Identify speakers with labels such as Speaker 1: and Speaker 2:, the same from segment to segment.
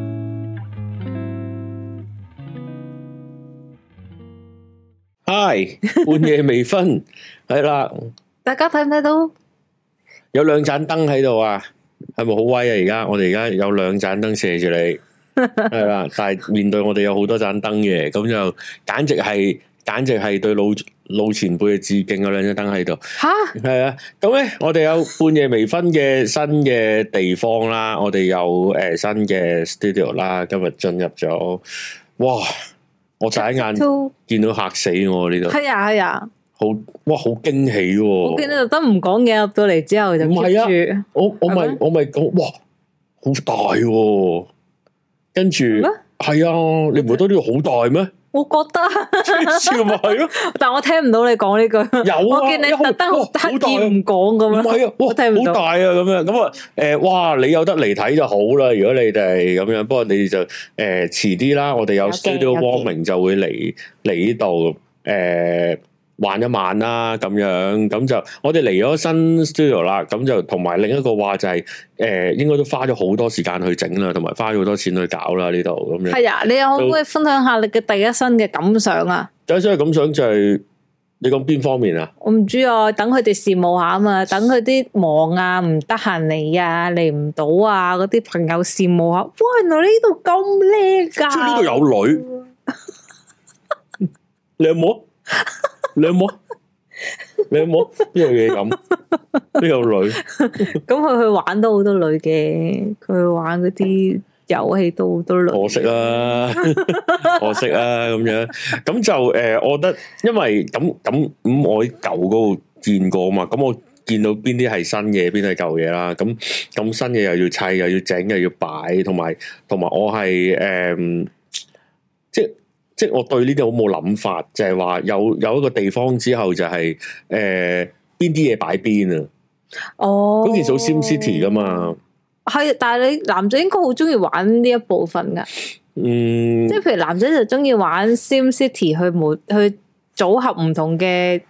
Speaker 1: Hi，半夜未分，系啦，
Speaker 2: 大家睇唔睇到？
Speaker 1: 有兩盞燈喺度啊，係咪好威啊？而家我哋而家有兩盞燈射住你，係 啦，但係面對我哋有好多盞燈嘅，咁就簡直係簡直係對老老前輩嘅致敬啊！兩盞燈喺度。
Speaker 2: 吓，
Speaker 1: 係啊，咁咧我哋有半夜微醺嘅新嘅地方啦，我哋有誒、呃新嘅 studio 啦，今日進入咗，哇！我第一眼
Speaker 2: 都
Speaker 1: 見到嚇死我呢度，
Speaker 2: 係啊係啊，
Speaker 1: 好哇，好驚啊喜
Speaker 2: 我見
Speaker 1: 喎、
Speaker 2: 到特登唔講嘢，入到嚟之後就
Speaker 1: 哦唔
Speaker 2: keep
Speaker 1: 係啊
Speaker 2: 住
Speaker 1: 我我
Speaker 2: 係
Speaker 1: 咪
Speaker 2: 咩
Speaker 1: 我咪講，哇，好大喎、跟住
Speaker 2: 咩？
Speaker 1: 係啊，你唔覺得呢度好大咩？
Speaker 2: 我覺得，
Speaker 1: 黐線咪係咯，
Speaker 2: 但我聽唔到你講呢句。
Speaker 1: 有啊，
Speaker 2: 我見你
Speaker 1: 一開
Speaker 2: 特登
Speaker 1: 哇
Speaker 2: 好
Speaker 1: 好
Speaker 2: 刻
Speaker 1: 大
Speaker 2: 意
Speaker 1: 啊
Speaker 2: 唔講咁
Speaker 1: 唔
Speaker 2: 樣。
Speaker 1: 係啊，哇，
Speaker 2: 我聽唔
Speaker 1: 好
Speaker 2: 到
Speaker 1: 大啊，咁樣咁啊，誒，哇，你有得嚟睇就好啦。如果你哋咁樣，不過你就誒遲啲啦。我哋有
Speaker 2: 有嘅
Speaker 1: studio
Speaker 2: 有嘅
Speaker 1: warming 就會嚟嚟呢度誒玩一晚啦，咁樣咁就我哋嚟咗新 studio 啦。咁就同埋另一個話就係、誒，應該都花咗好多時間去整啦，同埋花咗好多錢去搞啦呢度咁樣。
Speaker 2: 係啊，你有可唔可以分享下你嘅第一身嘅感想啊？
Speaker 1: 咁所以咁想就係、你講邊方面啊？
Speaker 2: 我唔知啊，等佢哋羨慕下啊嘛，等佢啲忙啊、唔得閒嚟啊、嚟唔到啊嗰啲朋友羨慕下。哇，原來呢度咁靚
Speaker 1: 即係呢度
Speaker 2: 㗎！
Speaker 1: 有女， 你有冇？你有冇？你有冇？呢度嘢咁，呢度有女，
Speaker 2: 咁佢去玩都好多女嘅，佢去玩嗰啲遊戲都好多女。
Speaker 1: 可惜啦，可惜啦，咁樣咁就诶、呃我覺得因為咁咁咁，我喺舊嗰度見過嘛，咁我見到邊啲係新嘢，邊啲係舊嘢啦，咁咁新嘢又要砌，又要整，又要擺，同埋同埋我係诶、嗯即即我對呢啲好冇諗法，就係話有有一個地方之後就係诶邊啲嘢擺邊啊，
Speaker 2: 哦，
Speaker 1: 嗰件事好 Sim City 噶嘛，
Speaker 2: 係，但係你男仔應該好中意玩呢一部分噶，
Speaker 1: 嗯
Speaker 2: 即。係譬如男仔就中意玩 Sim City 去模去組合唔同嘅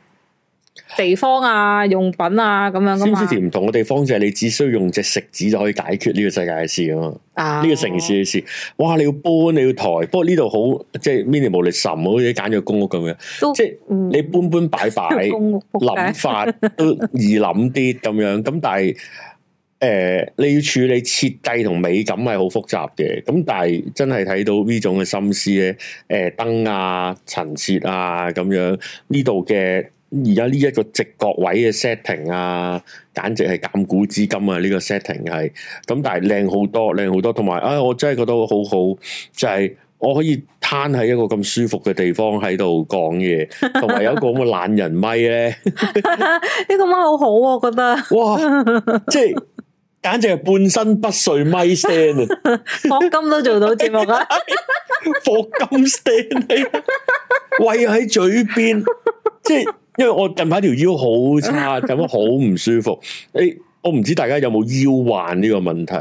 Speaker 2: 地方啊、用品啊咁樣噶
Speaker 1: Sim
Speaker 2: 嘛。
Speaker 1: City 唔同嘅地方就係你只需要用隻食指就可以解決呢個世界嘅事啊嘛，呢、
Speaker 2: 啊，
Speaker 1: 個城市嘅事。哇！你要搬，你要抬，不過呢度好即係 minimal 你岑，好似揀咗公屋咁樣，
Speaker 2: 都
Speaker 1: 即係
Speaker 2: 嗯
Speaker 1: 你搬搬擺擺，
Speaker 2: 公屋仆
Speaker 1: 諗
Speaker 2: 街
Speaker 1: 法都易諗啲咁樣。咁但係誒、你要處理設計同美感係好複雜嘅。咁但係真係睇到呢種嘅心思咧，誒、燈啊、陳設啊咁樣，呢度嘅而家呢一個直角位嘅 setting 啊，簡直係鑑古資金啊！呢、個 setting 係咁，但係靚好多，靚好多，同埋啊，我真係覺得好好，就係、我可以攤喺一個咁舒服嘅地方喺度講嘢，同埋有一個咁嘅懶人咪咧。
Speaker 2: 呢個貓好好啊，我覺得
Speaker 1: 哇！即系简直系半身不遂咪 stand 啊，
Speaker 2: 霍金都做到節 目啊，
Speaker 1: 霍金 stand 嚟，喂喺嘴边，即系因为我近排条腰好差，咁樣好唔舒服。 你我唔知大家有冇腰患呢个问题？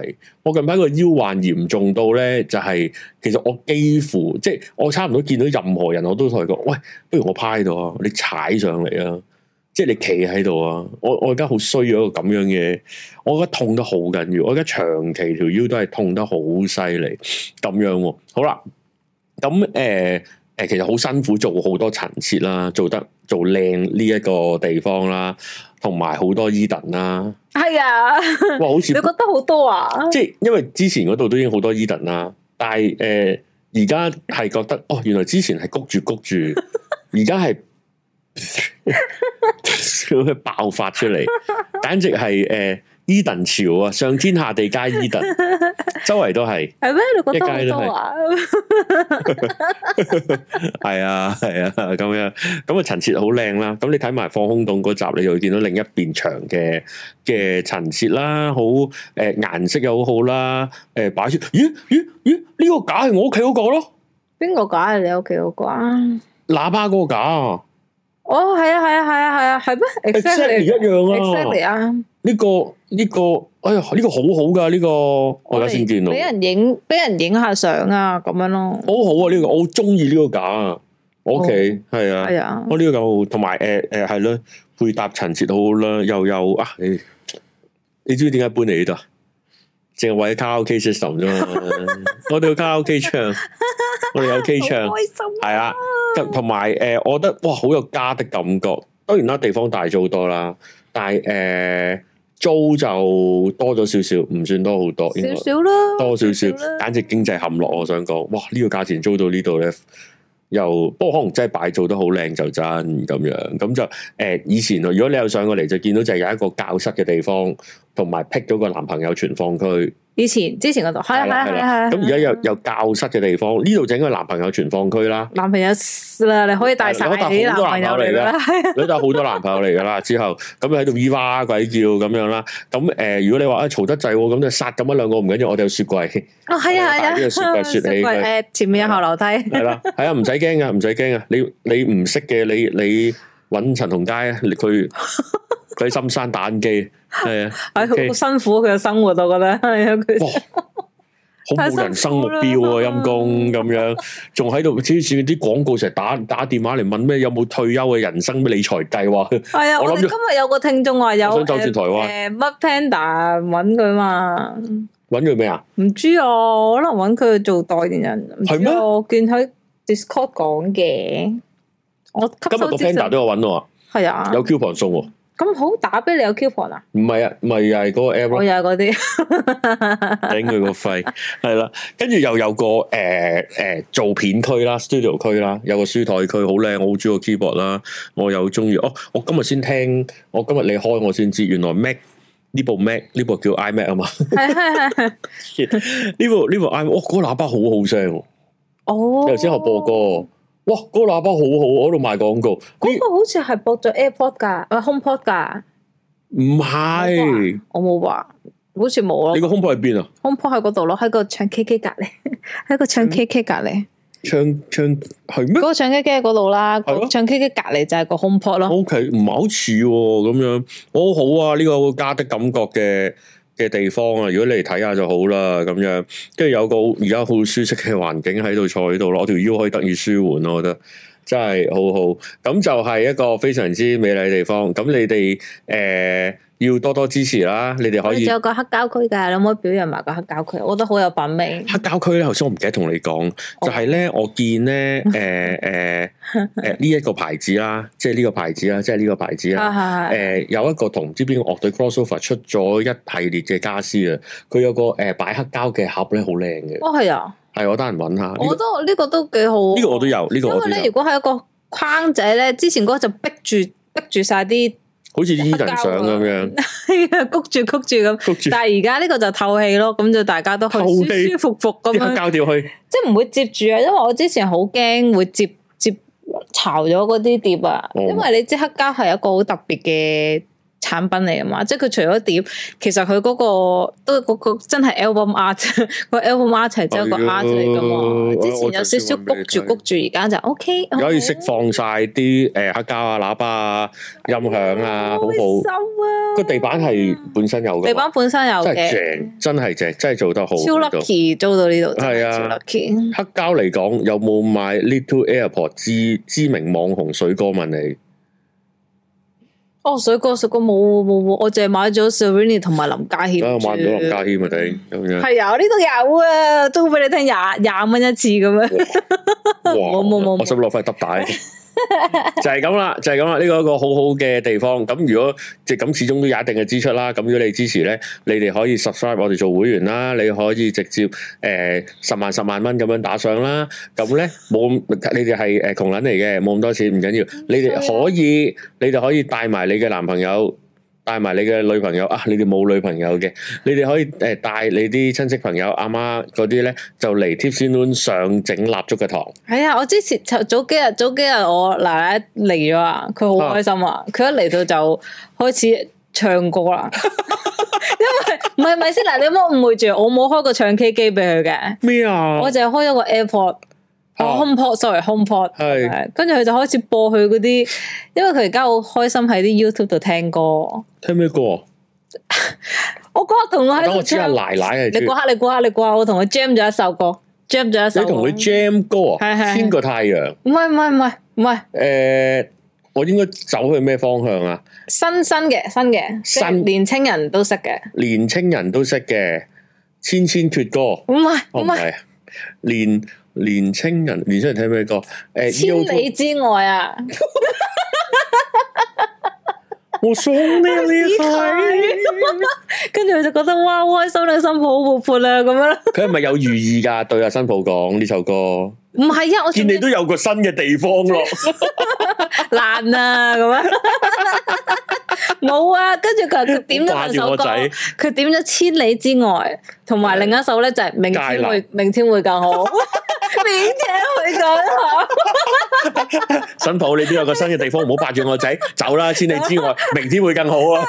Speaker 1: 我近排个腰患严重到咧，就系、其实我几乎即系我差唔多见到任何人，我都同佢讲：喂，不如我趴喺度啊，你踩上嚟啊！即係你企喺度啊！我我而家好需要一個咁樣嘅，我而家痛得好緊要，我而家長期條腰都係痛得好犀利咁樣喎、好啦，咁誒誒，其實好辛苦做好多陳設啦，做得做靚呢一個地方啦，同埋好多 Eden 啦，
Speaker 2: 係啊，
Speaker 1: 哇！好似
Speaker 2: 你覺得好多啊？
Speaker 1: 即係因為之前嗰度都已經好多 Eden 啦，但係誒而家係覺得哦，原來之前係谷住谷住，而家係咁樣爆發出嚟，簡直係誒 Eden 潮啊！上天下地皆 Eden，周圍都係。
Speaker 2: 係咩？你覺得好多啊？
Speaker 1: 系啊，系啊，咁样咁啊，陳設好靚啦。咁你睇埋放空洞嗰集，你就會見到另一邊牆嘅嘅陳設啦，好诶颜色又好好啦，诶、擺出，咦咦咦，呢、個架係我屋企嗰個咯，
Speaker 2: 邊個架係你屋企嗰個啊？
Speaker 1: 喇叭嗰個架啊
Speaker 2: 哦，係啊，係啊，係啊，係啊，係咩
Speaker 1: ，exactly 一樣
Speaker 2: ？exactly
Speaker 1: 啊。
Speaker 2: 啊！
Speaker 1: 呢、個呢、個，哎呀，呢、個好好噶，呢、個我而家先見到，
Speaker 2: 俾
Speaker 1: 好
Speaker 2: 人影，俾人影下相啊，咁樣咯。
Speaker 1: 好啊！呢、個我好中意呢個架啊，我屋企係啊。
Speaker 2: 係啊，
Speaker 1: 我呢個夠好，同埋誒誒係咯，配搭陳設好好啦，又有啊，你你知唔知點解搬嚟呢度啊？淨係為咗卡拉 OK system 啫嘛，我哋有卡拉 OK 唱，我哋有 K 唱，
Speaker 2: 開心啊
Speaker 1: 係啊，同同埋誒，我覺得哇，好有家的感覺。當然啦，地方大咗好多啦，但係誒、呃租就多咗少少，唔算多好多，應該
Speaker 2: 少少啦，
Speaker 1: 多少少，
Speaker 2: 啦
Speaker 1: 簡直經濟陷落。我想講，哇！呢、個價錢租到呢度咧，又不過可能真係擺做得好靚就真咁樣，咁就誒、呃以前如果你有上過嚟，就見到就係有一個教室嘅地方，同埋辟咗個男朋友存放區。
Speaker 2: 以前之前嗰度係啊
Speaker 1: 係
Speaker 2: 係啊
Speaker 1: 啦
Speaker 2: 係
Speaker 1: 係
Speaker 2: 啊係啊，
Speaker 1: 啦，咁而家有有教室嘅地方，呢度整個男朋友存放區啦
Speaker 2: 男朋友啦，你可以帶晒
Speaker 1: 係
Speaker 2: 你男
Speaker 1: 攞
Speaker 2: 朋
Speaker 1: 帶
Speaker 2: 友
Speaker 1: 好多男朋友
Speaker 2: 嚟
Speaker 1: 嚟
Speaker 2: 啦
Speaker 1: 啦，
Speaker 2: 係啊
Speaker 1: 你都有好多男朋友嚟噶啦。之後咁喺度咿哇鬼叫咁樣啦。咁誒、呃如果你話啊嘈得滯喎，咁就殺咁一兩個唔緊要，我哋有雪櫃。
Speaker 2: 哦係啊係
Speaker 1: 大啲嘅雪櫃
Speaker 2: 啊，
Speaker 1: 雪起佢
Speaker 2: 誒前面有後樓梯，
Speaker 1: 系啦，系啊，唔使驚噶，唔使驚噶。你你唔識嘅，你你揾陳同佳啊，你佢佢喺深山打機，係 啊，
Speaker 2: 係哎好
Speaker 1: OK
Speaker 2: 辛苦佢嘅生活，我覺得係啊佢。
Speaker 1: 哇，好冇人生目標啊，陰公咁樣，
Speaker 2: 啊
Speaker 1: 仲喺度黐線啲廣告成日打打電話嚟問咩有冇退休嘅人生理財計 劃，
Speaker 2: 系啊，
Speaker 1: 我
Speaker 2: 我
Speaker 1: 諗
Speaker 2: 哋今
Speaker 1: 住
Speaker 2: 日有個聽眾話有
Speaker 1: 我想走轉台灣
Speaker 2: 誒乜 Panda 揾佢嘛，
Speaker 1: 揾佢咩啊？
Speaker 2: 唔知啊，可能揾佢做代言人，唔知啊
Speaker 1: 係咩
Speaker 2: 我見喺 Discord 講嘅，我吸
Speaker 1: 今日
Speaker 2: 收
Speaker 1: 個
Speaker 2: 資
Speaker 1: Panda
Speaker 2: 訊
Speaker 1: 都有揾我
Speaker 2: 係啊
Speaker 1: 啊，，有 coupon 送喎，
Speaker 2: 咁好打俾你有 coupon 啊，
Speaker 1: 唔係啊，咪又係嗰個 app 咯
Speaker 2: 我。又係 嗰啲，
Speaker 1: 頂佢個肺， 係啦，跟住又有個誒誒、呃呃做片區啦、studio 區啦，有個書台區，好靚，我好中意個 keyboard 啦，我又中意。哦，我今日先聽，我今日你開我先知，原來 Mac 呢部 Mac 呢部叫 iMac 啊嘛，
Speaker 2: 係係係係，
Speaker 1: 呢部呢部 iMac，哇，嗰、個喇叭好好聲喎，
Speaker 2: 哦，
Speaker 1: 頭先學播歌，哇，嗰、個喇叭好好，我喺度賣廣告，
Speaker 2: 嗰個好似係播咗 AirPod 噶，唔係 HomePod 噶，
Speaker 1: 呢唔係，
Speaker 2: 我冇話，好似冇
Speaker 1: 你
Speaker 2: 咯
Speaker 1: 個胸部喺邊啊？
Speaker 2: ，HomePod 喺嗰度咯，喺個唱 K K 隔離， 喺個
Speaker 1: 嗯
Speaker 2: 唱 K K 隔離。
Speaker 1: 唱唱係咩
Speaker 2: 嗰個唱 K K 嗰度啦，
Speaker 1: 係咯
Speaker 2: 嗰唱 K K 隔離就係個 HomePod 咯。
Speaker 1: O K，唔係好似喎咁樣，好好啊！呢、個家的感覺嘅嘅地方啊，如果你嚟睇下就好啦，咁樣跟住有個而家好舒適嘅環境喺度坐喺度咯，我條腰可以得以舒緩咯，我覺得真係好好。咁就係一個非常之美麗嘅地方。咁你哋誒、呃要多多支持啦，你哋可
Speaker 2: 我哋
Speaker 1: 以
Speaker 2: 仲。有個黑膠區㗎，你可唔可以表揚埋個黑膠區？我覺得好有品味。
Speaker 1: 黑膠區咧，頭先我唔記得同你講，
Speaker 2: 哦
Speaker 1: 就係咧，我見咧，誒誒誒呢一個牌子啦，即係呢個牌子啦，即係呢個牌子啦，誒、
Speaker 2: 啊，係
Speaker 1: 有一個同唔知邊個樂隊 crossover 出咗一系列嘅家私啊，佢有個誒、擺黑膠嘅盒咧，好靚嘅，
Speaker 2: 哦係啊，
Speaker 1: 係我得閒揾下。呢
Speaker 2: 我
Speaker 1: 個
Speaker 2: 覺得呢個都幾好。
Speaker 1: 呢個我都有，呢個
Speaker 2: 因
Speaker 1: 我
Speaker 2: 為
Speaker 1: 都
Speaker 2: 咧，如
Speaker 1: 有，
Speaker 2: 果係一個框仔咧，之前嗰個就逼住逼住晒啲
Speaker 1: 好似
Speaker 2: 黑膠
Speaker 1: Eden
Speaker 2: 啊
Speaker 1: 相咁樣，，
Speaker 2: 係啊，谷住谷住 咁。
Speaker 1: 捉住
Speaker 2: 但係而家呢個就透氣咯，咁就大家都去
Speaker 1: 透
Speaker 2: 舒
Speaker 1: 氣
Speaker 2: 舒服服咁
Speaker 1: 啲
Speaker 2: 樣
Speaker 1: 黑膠掉 去，
Speaker 2: 即係唔會接住啊，因為我之前好驚會接接巢咗嗰啲碟啊，
Speaker 1: 哦
Speaker 2: 因為你知黑膠係一個好特別嘅產品嚟啊嘛，即係佢除咗碟，其實佢嗰、個都嗰、個真係 album art，個 album art 係真係一個
Speaker 1: 係啊
Speaker 2: art 嚟噶嘛
Speaker 1: 我，
Speaker 2: 之前
Speaker 1: 我
Speaker 2: 有少少谷住
Speaker 1: 就算搵俾你睇
Speaker 2: 谷住，而家就 OK，
Speaker 1: 又可以釋放晒啲誒黑膠啊、喇叭啊、音響啊，好
Speaker 2: 開
Speaker 1: 好。
Speaker 2: 心啊！
Speaker 1: 個地板係本身有
Speaker 2: 地
Speaker 1: 嘅嘛，
Speaker 2: 板本身有
Speaker 1: 真係
Speaker 2: 嘅，
Speaker 1: 正，真係正，真係做得好。
Speaker 2: 超
Speaker 1: 呢度
Speaker 2: lucky 租到呢度，真
Speaker 1: 係
Speaker 2: 係
Speaker 1: 啊
Speaker 2: 超 lucky。
Speaker 1: 黑膠嚟講，有冇買 Little Airport 知知名網紅水哥問你？
Speaker 2: 哦，水果水果冇冇冇，我淨係買咗 Serenity 同埋林家謙。
Speaker 1: 啊，買唔到林家謙啊，頂咁樣。
Speaker 2: 系啊，我呢度有啊，租俾你聽廿廿蚊一次咁樣。
Speaker 1: 哇！
Speaker 2: 冇冇冇
Speaker 1: 我想攞翻去揼 帶，就係咁啦，就係咁啦。呢個一個好好嘅地方。咁如果即係咁，始終都有一定嘅支出啦。咁如果你支持咧，你哋可以 subscribe 我哋做會員啦，你可以直接誒十萬十萬蚊咁樣打上啦。咁咧冇咁你哋係誒窮撚嚟嘅，冇咁多錢唔緊要。
Speaker 2: 嗯
Speaker 1: 你哋可以，
Speaker 2: 啊
Speaker 1: 你哋可以帶埋你嘅男朋友。帶埋你嘅女朋友啊！你哋冇女朋友嘅，你哋可以誒帶你啲親戚朋友、阿媽嗰啲咧，就嚟 Tips Noon 上整蠟燭嘅堂。
Speaker 2: 係啊，我之前就早幾日，早幾日我奶奶嚟咗啊，佢好開心啊，佢一嚟到就開始唱歌啦。 因為唔係唔係先嗱，你唔好誤會住，我冇開過唱 K 機俾佢嘅，
Speaker 1: 咩啊？
Speaker 2: 我就係開咗個 AirPod。
Speaker 1: 啊
Speaker 2: 哦，HomePod，sorry，HomePod，
Speaker 1: 係
Speaker 2: 係跟住佢就開始播佢嗰啲，因為佢而家好開心喺啲 YouTube 度聽歌。我
Speaker 1: 聽咩歌啊？
Speaker 2: 嗰日同我喺
Speaker 1: 等
Speaker 2: 度
Speaker 1: 我知下啊
Speaker 2: 唱
Speaker 1: 奶奶係
Speaker 2: 你
Speaker 1: 專
Speaker 2: 估下，你估下，你估下，我同佢 jam 咗一首歌，jam 咗一首
Speaker 1: 你
Speaker 2: 歌。
Speaker 1: 同佢 jam 歌
Speaker 2: 啊係係
Speaker 1: 啊？
Speaker 2: 係
Speaker 1: 天個太陽。
Speaker 2: 唔係唔係唔係唔係
Speaker 1: 誒，我應該走去咩方向啊？
Speaker 2: 新新嘅新嘅，即係
Speaker 1: 新
Speaker 2: 年青人都識嘅。
Speaker 1: 年青人都識嘅，千千闕歌。
Speaker 2: 唔係
Speaker 1: 哦，
Speaker 2: 唔
Speaker 1: 唔
Speaker 2: 係
Speaker 1: 係啊，年年青人，年青人聽咩歌？誒，
Speaker 2: 千
Speaker 1: 腰
Speaker 2: 里之 外啊，
Speaker 1: 我送你 離開。
Speaker 2: 跟住佢就覺得哇，好開心啦，心抱好活潑啊啦，咁樣啦。
Speaker 1: 佢係咪有寓意㗎？對阿新抱講呢首歌，
Speaker 2: 唔係啊，我
Speaker 1: 見
Speaker 2: 仲
Speaker 1: 你都有個新嘅地方 咯。
Speaker 2: 爛啊，咁 樣。冇啊，跟住佢佢點咗
Speaker 1: 掛
Speaker 2: 兩
Speaker 1: 住
Speaker 2: 首
Speaker 1: 我
Speaker 2: 歌，
Speaker 1: 仔
Speaker 2: 佢點咗《千里之外》，同埋另一首咧就係、明
Speaker 1: 芥
Speaker 2: 天
Speaker 1: 蘭
Speaker 2: 會明天會 更好，明天會更好。
Speaker 1: 新抱，你都有個新嘅地方，唔好霸住我仔，走啦！千里之 外，明天會更好啊！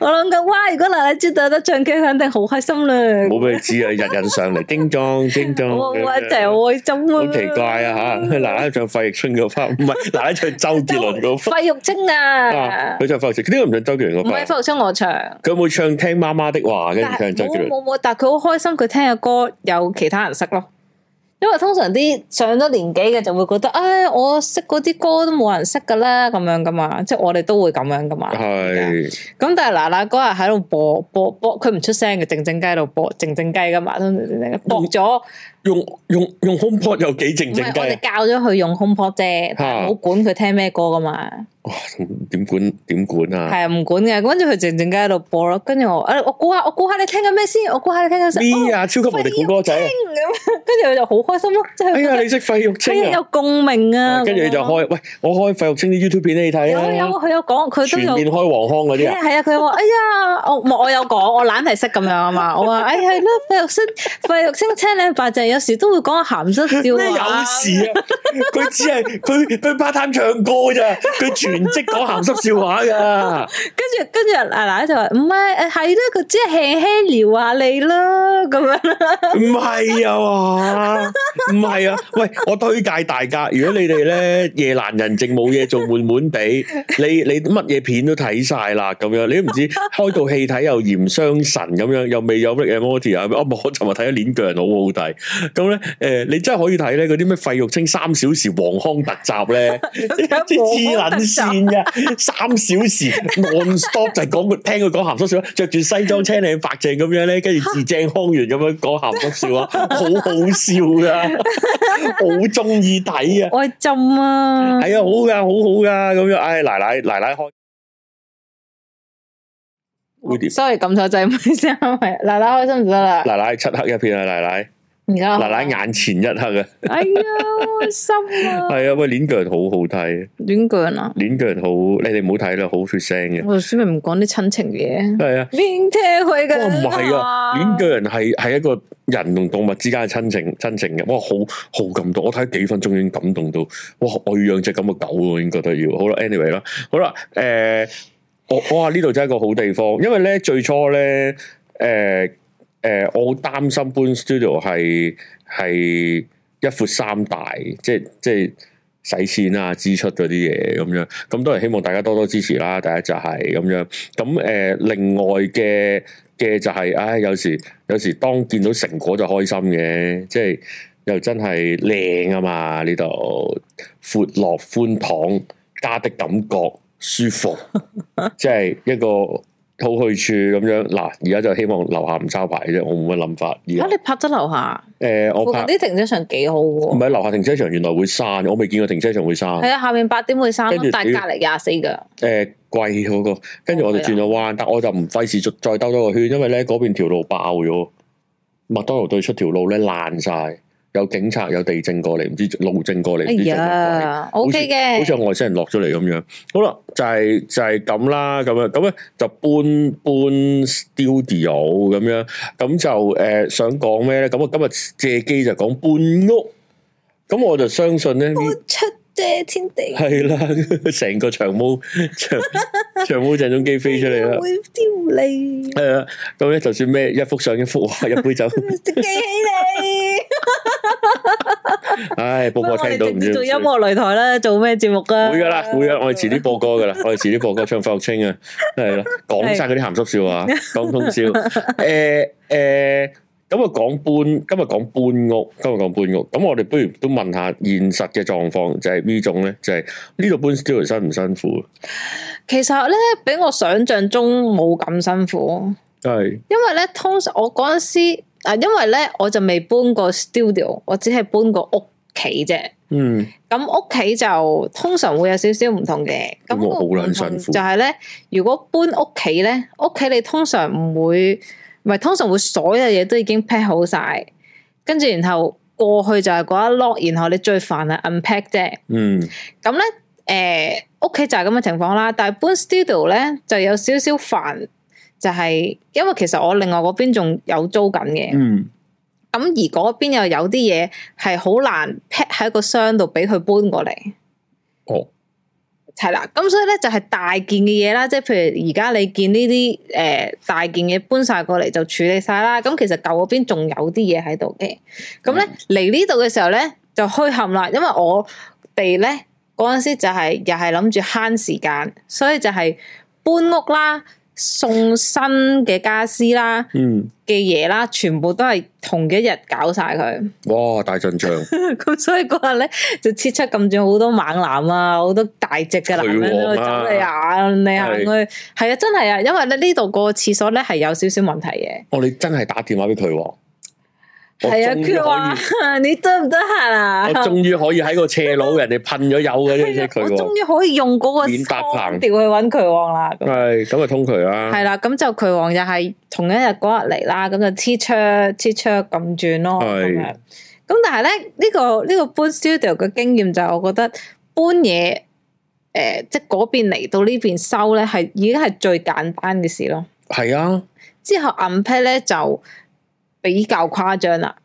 Speaker 2: 我諗緊，哇！如果奶奶知道得唱 K，肯定好開心啦。
Speaker 1: 冇俾佢知啊！日日上嚟，叮當叮當，
Speaker 2: 哇哇，真係好開心
Speaker 1: 啊
Speaker 2: 啊！
Speaker 1: 好奇怪啊 吓！奶奶唱費玉清嗰 part，唔係奶奶唱周杰倫嗰 part
Speaker 2: 費玉清啊
Speaker 1: 啊，，佢唱費玉清，點解唔唱周杰倫
Speaker 2: 唔
Speaker 1: 嗰
Speaker 2: 係
Speaker 1: part？
Speaker 2: 費玉清我唱。
Speaker 1: 佢有冇唱聽媽媽的話？跟住唱周杰
Speaker 2: 冇
Speaker 1: 倫，
Speaker 2: 冇冇，但係佢好開心，佢聽嘅歌有其他人識咯。因為通常啲上咗年紀嘅就會覺得，唉，我識嗰啲歌都冇人識噶啦，咁樣噶嘛，即係我哋都會咁樣噶嘛。
Speaker 1: 啊係
Speaker 2: 咁但係嗱嗱嗰日喺度播播播，佢唔出聲嘅，靜靜雞喺度播，靜靜雞噶嘛，通常靜靜雞播咗。
Speaker 1: 用用用 HomePod 有幾
Speaker 2: 唔
Speaker 1: 嗯靜
Speaker 2: 係
Speaker 1: 靜
Speaker 2: 我哋
Speaker 1: 雞？啊
Speaker 2: 教咗佢用 HomePod 啫，但係冇管佢聽咩歌噶嘛，
Speaker 1: 哇！點管點管啊？
Speaker 2: 係啊唔管嘅。跟住佢靜靜雞喺度播咯，跟住我，哎誒我估下，我估下你聽緊咩先，我估下你聽緊咩先。哦
Speaker 1: 呢啊，超級無敵估歌仔！
Speaker 2: 咁，跟住佢就好開心咯，即係
Speaker 1: 哎
Speaker 2: 覺
Speaker 1: 呀，
Speaker 2: 得
Speaker 1: 你識費玉
Speaker 2: 係
Speaker 1: 清
Speaker 2: 啊有
Speaker 1: 啊！
Speaker 2: 共鳴啊，
Speaker 1: 跟住你就
Speaker 2: 咁樣
Speaker 1: 開，喂，我開費玉清啲 YouTube 片俾你睇
Speaker 2: 有有
Speaker 1: 啊！
Speaker 2: 佢有講，佢
Speaker 1: 全
Speaker 2: 都
Speaker 1: 面
Speaker 2: 有。
Speaker 1: 開黃腔嗰
Speaker 2: 係
Speaker 1: 啲
Speaker 2: 啊
Speaker 1: 啊！
Speaker 2: 係啊，佢話哎呀，我唔係我有講，我懶係識咁樣啊 嘛，我話哎係啦，費玉清費玉清青靚白淨，有時都會講下鹹濕笑
Speaker 1: 咩有
Speaker 2: 話
Speaker 1: 事啊？佢只係佢佢 part time 唱歌咋，佢全職講鹹濕笑話噶。
Speaker 2: 跟住跟住奶奶就話唔係誒係啦，佢只係輕輕撩下你啦咁樣 啦。
Speaker 1: 唔係啊嘛，唔係啊！喂，我推介大家，如果你哋咧夜闌人靜冇嘢做，悶悶地，你你乜嘢片都睇晒啦，咁樣你都唔知開套戲睇又嫌傷神咁樣，又未有 Rick and Morty 啊，哦，我尋日睇咗《鏈鋸人》好好睇，咁咧，誒、你真係可以睇咧嗰啲咩費玉清三小時黃腔特集咧， 黐撚線嘅，三小時 non stop 就係講佢聽佢講鹹濕笑話，着住西裝青靚白淨咁樣咧，跟住字正腔圓咁樣講鹹濕笑話，好好笑噶，好中意睇啊！
Speaker 2: 我係浸啊，
Speaker 1: 係啊，好噶，好好噶，咁樣，唉，奶奶奶奶開會點？
Speaker 2: sorry 撳錯掣，唔好意思，奶奶開心就得啦。
Speaker 1: 奶奶漆黑一片啊！奶奶，
Speaker 2: 而家
Speaker 1: 奶奶，眼前一黑啊！
Speaker 2: 哎呀，開心啊，
Speaker 1: 係啊，喂，鏈腳人好好睇，
Speaker 2: 亂講啊，
Speaker 1: 鏈腳人好，你哋唔好睇啦，好血腥嘅，
Speaker 2: 我哋先咪唔講啲親情嘢。
Speaker 1: 係啊。
Speaker 2: 邊聽佢嘅？
Speaker 1: 哇，唔係啊，鏈腳人係係一個人同動物之間嘅親情親情嘅，哇，好好感動，我睇幾分鐘已經感動到，哇，我要養只咁嘅狗喎，我已經覺得要，好啦，anyway 啦，好啦，誒、我我話呢度真係一個好地方，因為咧最初咧，誒、誒、我好擔心搬 studio 係係一闊三大，即係即係。使錢啊、支出嗰啲嘢咁樣，咁當然希望大家多多支持啦。第一就係咁樣，咁誒、呃另外嘅嘅就係、唉，有時有時當見到成果就開心嘅，即係又真係靚啊嘛！呢度闊落寬敞，家的感覺舒服，即係一個好去處咁樣。嗱，而家就希望樓下唔抄牌啫，我冇乜諗法。而家
Speaker 2: 吓你拍得樓下，
Speaker 1: 誒，我
Speaker 2: 我
Speaker 1: 怕
Speaker 2: 嗰啲停車場幾好
Speaker 1: 唔
Speaker 2: 喎。
Speaker 1: 係樓下停車場原來會閂，我未見過停車場會閂。
Speaker 2: 係啊，下面八點會三
Speaker 1: 跟住，
Speaker 2: 但係隔離廿四噶。
Speaker 1: 誒呃貴嗰個，跟
Speaker 2: 哦
Speaker 1: 住我哋
Speaker 2: 啊
Speaker 1: 轉咗彎，但我就唔費事再再兜多個圈，因為咧嗰邊條路爆咗，麥當勞對出條路咧爛晒，有警察有地政過嚟，唔知路政過嚟，
Speaker 2: 哎
Speaker 1: 唔知做乜鬼
Speaker 2: 呀，O
Speaker 1: 好
Speaker 2: K 嘅
Speaker 1: 似。有外星人落咗嚟咁樣。好啦，就係、就係、咁啦，咁樣咁咧就搬搬 studio 咁樣，咁就誒、呃想講咩咧？咁我今日借機就講搬屋，咁我就相信咧呢。
Speaker 2: 出遮天地，
Speaker 1: 係啦，成個長毛 長長毛鄭中基飛出嚟啦。
Speaker 2: 會丟你，
Speaker 1: 係啊，咁咧就算咩一幅相一幅畫一杯 酒，
Speaker 2: 記起你。
Speaker 1: 唉，播歌
Speaker 2: 不過我
Speaker 1: 聽
Speaker 2: 哋
Speaker 1: 到唔
Speaker 2: 直
Speaker 1: 知
Speaker 2: 接
Speaker 1: 點
Speaker 2: 做音
Speaker 1: 算
Speaker 2: 樂啊擂台啦，做咩節目噶？
Speaker 1: 會噶啦，會噶，我哋遲啲播歌噶 啦，我哋遲啲播歌唱費玉清啊，係啦，講晒嗰啲鹹濕笑話，講通 宵。誒誒，咁啊講搬，今日講搬屋，今日講搬屋，咁我哋不如都問下現實嘅狀況，就係呢種咧，就係呢度搬 studio 辛唔辛苦？啊
Speaker 2: 其實咧，比我想象中冇咁辛苦。
Speaker 1: 係
Speaker 2: 因為咧，通常我嗰阵时啊，因為咧我就未搬過 studio，我只係搬過屋企啫。
Speaker 1: 嗯
Speaker 2: 咁屋企就通常會有少少唔同嘅，咁
Speaker 1: 咁我好
Speaker 2: 個
Speaker 1: 撚
Speaker 2: 唔同
Speaker 1: 辛苦
Speaker 2: 就係咧，如果搬屋企咧，屋企你通常唔會，唔係通常會所有嘢都已經 pack 好晒，跟住然後過去就係嗰一 lock，然後你最煩係 unpack 啫。
Speaker 1: 嗯
Speaker 2: 咁咧，诶、屋企就係咁嘅情況啦。但係搬 studio 咧就有少少煩，就係因為其實我另外嗰邊仲有租緊嘅。
Speaker 1: 嗯
Speaker 2: 咁而嗰邊又有啲嘢係好難 pack 喺個箱度俾佢搬過嚟，
Speaker 1: 哦
Speaker 2: 係啦。咁所以咧就係、大件嘅嘢啦，即係譬如而家你見呢啲誒大件嘢搬晒過嚟就處理晒啦。咁其實舊嗰邊仲有啲嘢喺度嘅。咁咧嚟呢度嘅時候咧就虛冚啦，因為我哋咧嗰陣時就係、又係諗住慳時間，所以就係搬屋啦、送新嘅家私啦。
Speaker 1: 嗯，
Speaker 2: 嘅嘢啦，全部都係同一日搞晒佢，
Speaker 1: 哇大陣 仗，
Speaker 2: 咁所以嗰日咧就切出撳住好多猛男啊，好多大隻嘅男人喺度
Speaker 1: 女王
Speaker 2: 走嚟
Speaker 1: 啊
Speaker 2: 行嚟行去，係啊，真係啊，因為咧呢度個廁所咧係有少少問題嘅，
Speaker 1: 我哋真係打電話俾佢喎，我
Speaker 2: 係啊，
Speaker 1: 終於可以
Speaker 2: 佢話 你得唔得閒啊？
Speaker 1: 我終於可以喺個斜佬，人哋噴咗油嗰 啲啫，佢
Speaker 2: 我
Speaker 1: 喎
Speaker 2: 終於可以用嗰個
Speaker 1: 免搭棚
Speaker 2: 調去揾佢王啦，咁
Speaker 1: 係咁啊，通佢啦，
Speaker 2: 係啦，咁就佢王又係同一日嗰日嚟啦，咁就 t 出 t 出咁轉咯，咁
Speaker 1: 係
Speaker 2: 樣。咁但係咧，呢、個呢、個搬 studio 嘅經驗就係我覺得搬嘢，誒、即係嗰邊嚟到呢邊收咧，係已經係最簡單嘅事咯。
Speaker 1: 係啊，
Speaker 2: 之後 unpack 咧就比較誇張啦，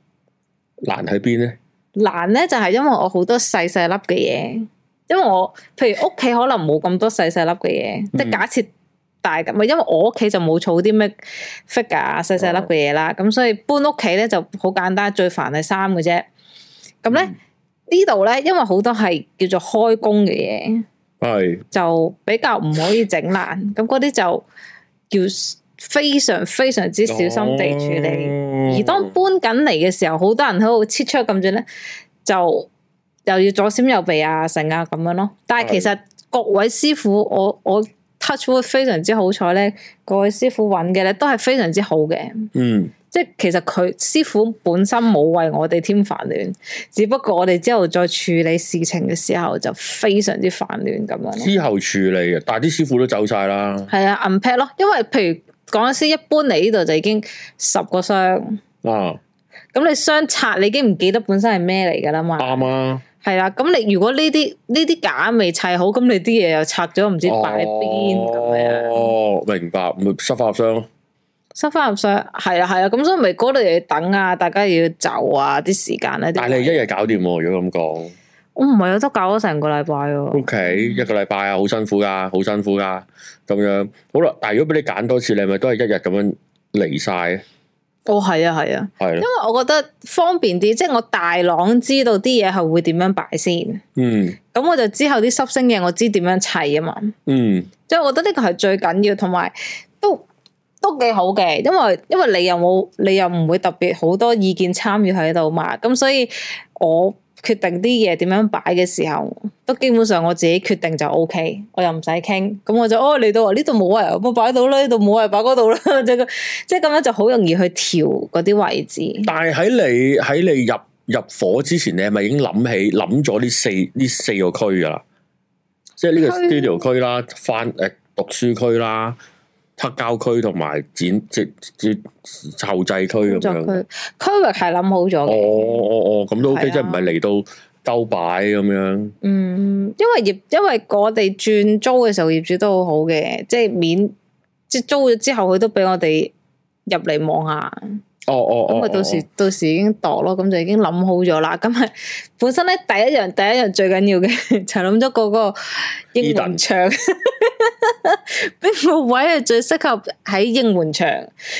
Speaker 1: 難喺邊咧？
Speaker 2: 難咧就係、因為我好多細細粒嘅嘢，因為我譬如屋企可能冇咁多細細粒嘅嘢，即係
Speaker 1: 嗯
Speaker 2: 假設大咁，因為我屋企就冇儲啲咩 figure 啊細細粒嘅嘢啦，咁所以搬屋企咧就好簡單，最煩係衫嘅啫。咁咧呢度咧，因為好多係叫做開工嘅嘢，
Speaker 1: 係
Speaker 2: 就比較唔可以整爛，咁嗰啲就叫非常非常之小心地處理。
Speaker 1: 哦嗯
Speaker 2: 而當搬緊嚟嘅時候，好多人喺度切出咁轉咧，就又要左閃右避啊，成啊咁樣咯。但係其實各位師傅，我我 touch wood 非常之好彩咧，各位師傅揾嘅咧都係非常之好嘅。
Speaker 1: 嗯
Speaker 2: 即係其實佢師傅本身冇為我哋添煩亂，只不過我哋之後再處理事情嘅時候就非常之煩亂咁樣咯。
Speaker 1: 之後處理嘅，但係啲師傅都走晒啦，
Speaker 2: 係啊，unpack 咯，因為譬如嗰陣時一搬嚟呢度就已經十個箱。
Speaker 1: 啊
Speaker 2: 咁你相拆，你已經唔記得本身係咩嚟㗎啦嘛？
Speaker 1: 啱啊，
Speaker 2: 係啦，咁你如果呢啲呢啲架未砌好，咁你啲嘢又拆咗，唔知擺邊咁樣，
Speaker 1: 哦，明白，咪塞翻入箱咯。
Speaker 2: 收翻入箱，係啊係啊，咁所以咪嗰度又要等啊，大家又要走啊，啲時間咧，啲
Speaker 1: 但係你一
Speaker 2: 位
Speaker 1: 日搞掂喎，如果咁講
Speaker 2: 我唔係有得搞咗成個禮拜
Speaker 1: 嗯
Speaker 2: 喎，
Speaker 1: ，OK，一個禮拜啊，好辛苦噶，好辛苦噶，咁樣好啦。但係如果俾你揀多次，你係咪都係一日咁樣嚟晒？
Speaker 2: 哦係啊係啊，
Speaker 1: 係
Speaker 2: 因
Speaker 1: 咯，
Speaker 2: 為我覺得方便啲，即係我大朗知道啲嘢係會點樣擺先，
Speaker 1: 嗯
Speaker 2: 咁我就之後啲濕星嘢我知點樣砌啊嘛。
Speaker 1: 嗯，
Speaker 2: 即係我覺得呢個係最緊要，同埋都都幾好嘅，因為因為你又冇你又唔會特別好多意見參與喺度嘛，咁所以我決定啲嘢點樣擺嘅時候，都基本上我自己決定就 O、k 我又唔使傾，咁我就哦嚟到啊呢度冇位，我擺到啦，呢度冇啊位擺嗰度啦， 即係即係咁樣就好容易去調嗰啲位置。
Speaker 1: 但係喺你喺你入入伙之前，你係咪已經諗起諗咗呢四呢四個區噶啦？即係呢個
Speaker 2: 區
Speaker 1: studio 區啦，翻誒讀書區啦，黑膠區同埋剪即即後製區咁
Speaker 2: 工作
Speaker 1: 樣。
Speaker 2: 區區域係諗好咗
Speaker 1: 哦
Speaker 2: 嘅。
Speaker 1: 哦哦，咁都 OK，
Speaker 2: 係啊
Speaker 1: 即係唔係嚟到兜擺咁樣。
Speaker 2: 嗯，因為業因為我哋轉租嘅時候，業主都好好嘅，即係免即係租咗之後，佢都俾我哋入嚟望下，
Speaker 1: 哦哦
Speaker 2: 咁
Speaker 1: 哦
Speaker 2: 啊，到時
Speaker 1: 哦
Speaker 2: 到時已經度咯，咁就已經諗好咗啦。咁係本身咧第一樣第一樣最緊要嘅 就諗咗嗰個英援牆， 邊個位係最適合喺英援牆？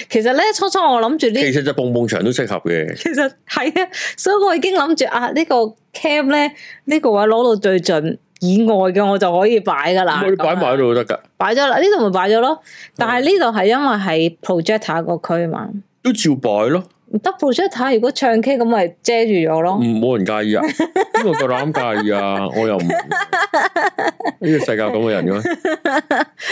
Speaker 2: 其實咧初初我諗住呢
Speaker 1: 其實就蹦蹦牆都適合嘅。
Speaker 2: 其實係啊，所以我已經諗住啊，呢、個 cam 咧，呢、個位攞到最盡以外嘅，我就可以擺噶啦。啊
Speaker 1: 我哋擺埋喺度都得㗎，
Speaker 2: 擺咗啦，呢度咪擺咗咯。但係呢度係因為係 projector 個區嘛，
Speaker 1: 都照擺咯。
Speaker 2: 得 projector 如果唱 K 咁咪遮住咗咯
Speaker 1: 唔。冇人介意 啊？邊個夠膽介意啊？我 又唔呢個世界咁嘅人嘅咩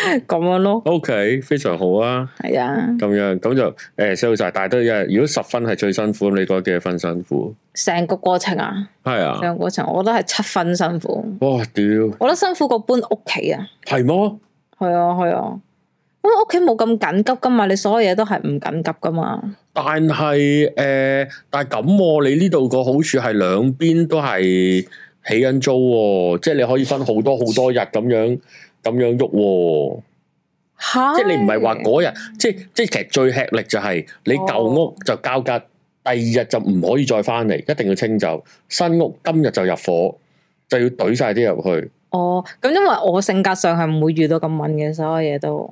Speaker 1: 嗯
Speaker 2: 咁樣咯，
Speaker 1: ？OK，非常好啊！
Speaker 2: 係啊，
Speaker 1: 咁樣咁就誒 sell 晒，但係都因為如果十分係最辛苦，咁你覺得幾多分辛苦？
Speaker 2: 成個過程啊，
Speaker 1: 係啊
Speaker 2: 成，個過程，我覺得係七分辛苦，
Speaker 1: 哇屌，
Speaker 2: 我覺得辛苦過搬屋企啊，
Speaker 1: 係麼？
Speaker 2: 係啊，係啊，因為屋企冇咁緊急噶嘛，你所有嘢都係唔緊急噶嘛，
Speaker 1: 但係誒、呃但係咁喎，你呢度個好處係兩邊都係起緊租喎、即係你可以分好多好多日咁樣咁樣喐喎、
Speaker 2: 吓，
Speaker 1: 即係你唔係話嗰日，即係即係其實最吃力就係你
Speaker 2: 哦
Speaker 1: 舊屋就交吉，第二日就唔可以再翻嚟，一定要清走；新屋今日就入伙，就要懟晒啲入去。
Speaker 2: 哦，咁因為我性格上係唔會遇到咁敏嘅，所有嘢都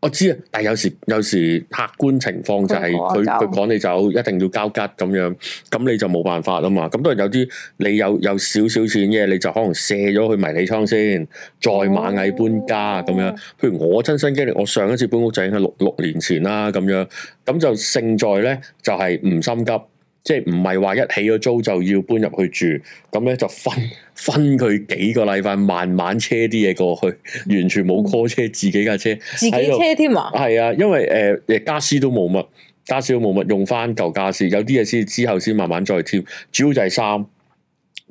Speaker 1: 我知啊，但係有時有時客觀情況就係佢
Speaker 2: 佢趕走
Speaker 1: 佢趕你走，一定要交吉咁樣，咁你就冇辦法啊嘛。咁當然有啲你有有少少錢嘅，你就可能卸咗去迷你倉先，再
Speaker 2: 哦
Speaker 1: 螞蟻搬家咁樣。譬如我親身經歷，我上一次搬屋就已經係六六年前啦，咁樣咁就勝在咧就係、唔心急。即係唔係話一起咗租就要搬入去住，咁咧就分 分佢幾個禮拜，慢慢車啲嘢過去，
Speaker 2: 嗯
Speaker 1: 完全冇 call 車，自己架車。
Speaker 2: 自己
Speaker 1: 喺度
Speaker 2: 車添啊，
Speaker 1: 係啊，因為誒誒、呃家私都冇乜，家私都冇乜，用翻舊家私，有啲嘢先之後先慢慢再添。主要就係衫，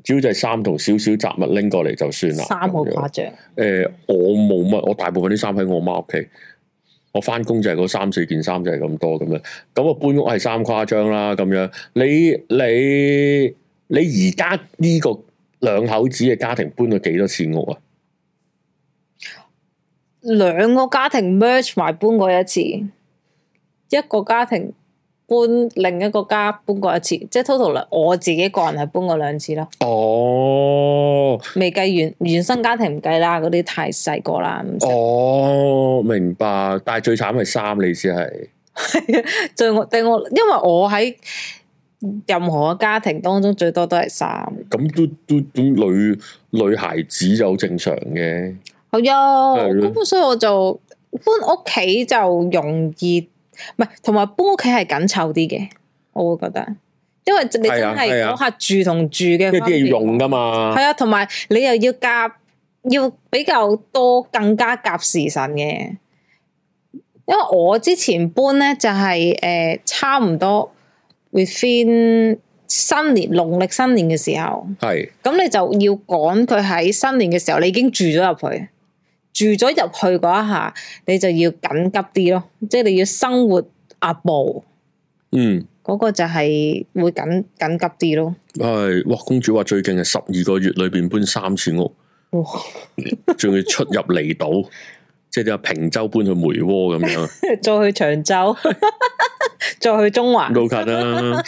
Speaker 1: 主要就係衫同少少雜物拎過嚟就算啦。
Speaker 2: 衫好
Speaker 1: 咁樣
Speaker 2: 誇張，
Speaker 1: 誒、呃我冇乜，我大部分啲衫喺我媽屋企。我翻工就係嗰三四件衫就係咁多咁樣，咁啊搬屋係衫誇張啦咁樣。你你你而家呢個兩口子嘅家庭搬咗幾多次屋啊？
Speaker 2: 兩個家庭 merge 埋搬過一次，一個家庭搬另一個家搬過一次，即係 total 兩我自己個人係搬過兩次咯，
Speaker 1: 哦，
Speaker 2: 未計原原生家庭唔計啦，嗰啲太細個啦，唔識
Speaker 1: 哦，明白。但係最慘係衫，你先係
Speaker 2: 最我對我，因為我喺任何嘅家庭當中最多都係衫，
Speaker 1: 咁都都都女女孩子就好正常嘅。
Speaker 2: 係啊，
Speaker 1: 係咯
Speaker 2: 咁所以我就搬屋企就容易，唔係同埋搬屋企係緊湊啲嘅，我會覺得，因為你真
Speaker 1: 係啊係
Speaker 2: 係
Speaker 1: 啊
Speaker 2: 嗰下住同住嘅
Speaker 1: 因為啲
Speaker 2: 分
Speaker 1: 嘢要
Speaker 2: 別
Speaker 1: 用噶嘛
Speaker 2: 係，啊，同埋你又要夾，要比較多更加夾時辰嘅。因為我之前搬咧就係、呃差唔多 within 新年農曆新年嘅時候，
Speaker 1: 係
Speaker 2: 咁你就要趕佢喺新年嘅時候，你已經住咗入去，住咗入去嗰一下，你就要緊急啲咯，即係你要生活壓步，
Speaker 1: 嗯
Speaker 2: 嗰、個就係會緊緊急啲咯。
Speaker 1: 係。哇，公主話最勁係十二個月裏邊搬三次屋，
Speaker 2: 哇
Speaker 1: 仲要出入離島， 即係你話平洲搬去梅窩咁樣，
Speaker 2: 再去長洲， 再去中環，
Speaker 1: 都近啦。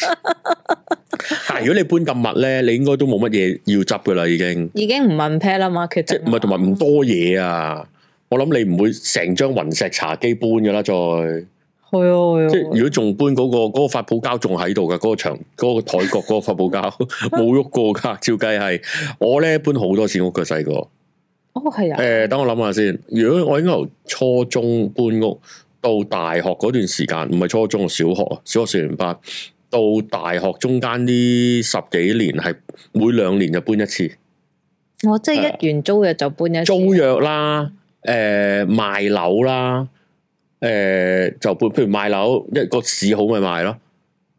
Speaker 1: 但係如果你搬咁密咧，你應該都冇乜嘢要執噶啦，已經。
Speaker 2: 已經唔問 pair 啦嘛，決
Speaker 1: 即
Speaker 2: 定
Speaker 1: 係唔係同埋唔多嘢啊！我諗你唔會成張雲石茶幾搬噶啦，再
Speaker 2: 係啊
Speaker 1: 即係如
Speaker 2: 係啊，
Speaker 1: 果仲搬嗰、個嗰、個發泡膠仲喺度噶，嗰、個牆嗰、個台角嗰個發泡膠冇喐過噶，照計係我咧搬好多次屋嘅細個。
Speaker 2: 哦係
Speaker 1: 誒、
Speaker 2: 啊，
Speaker 1: 等我諗下先。如果我應該由初中搬屋到大學嗰段時間，唔係初中，小學，小學四年班到大學中間呢十幾年係每兩年就搬一次。
Speaker 2: 我即係一元租約就搬一次啊
Speaker 1: 租約啦，誒、賣樓啦，誒、就譬譬如賣樓一個市好咪賣咯，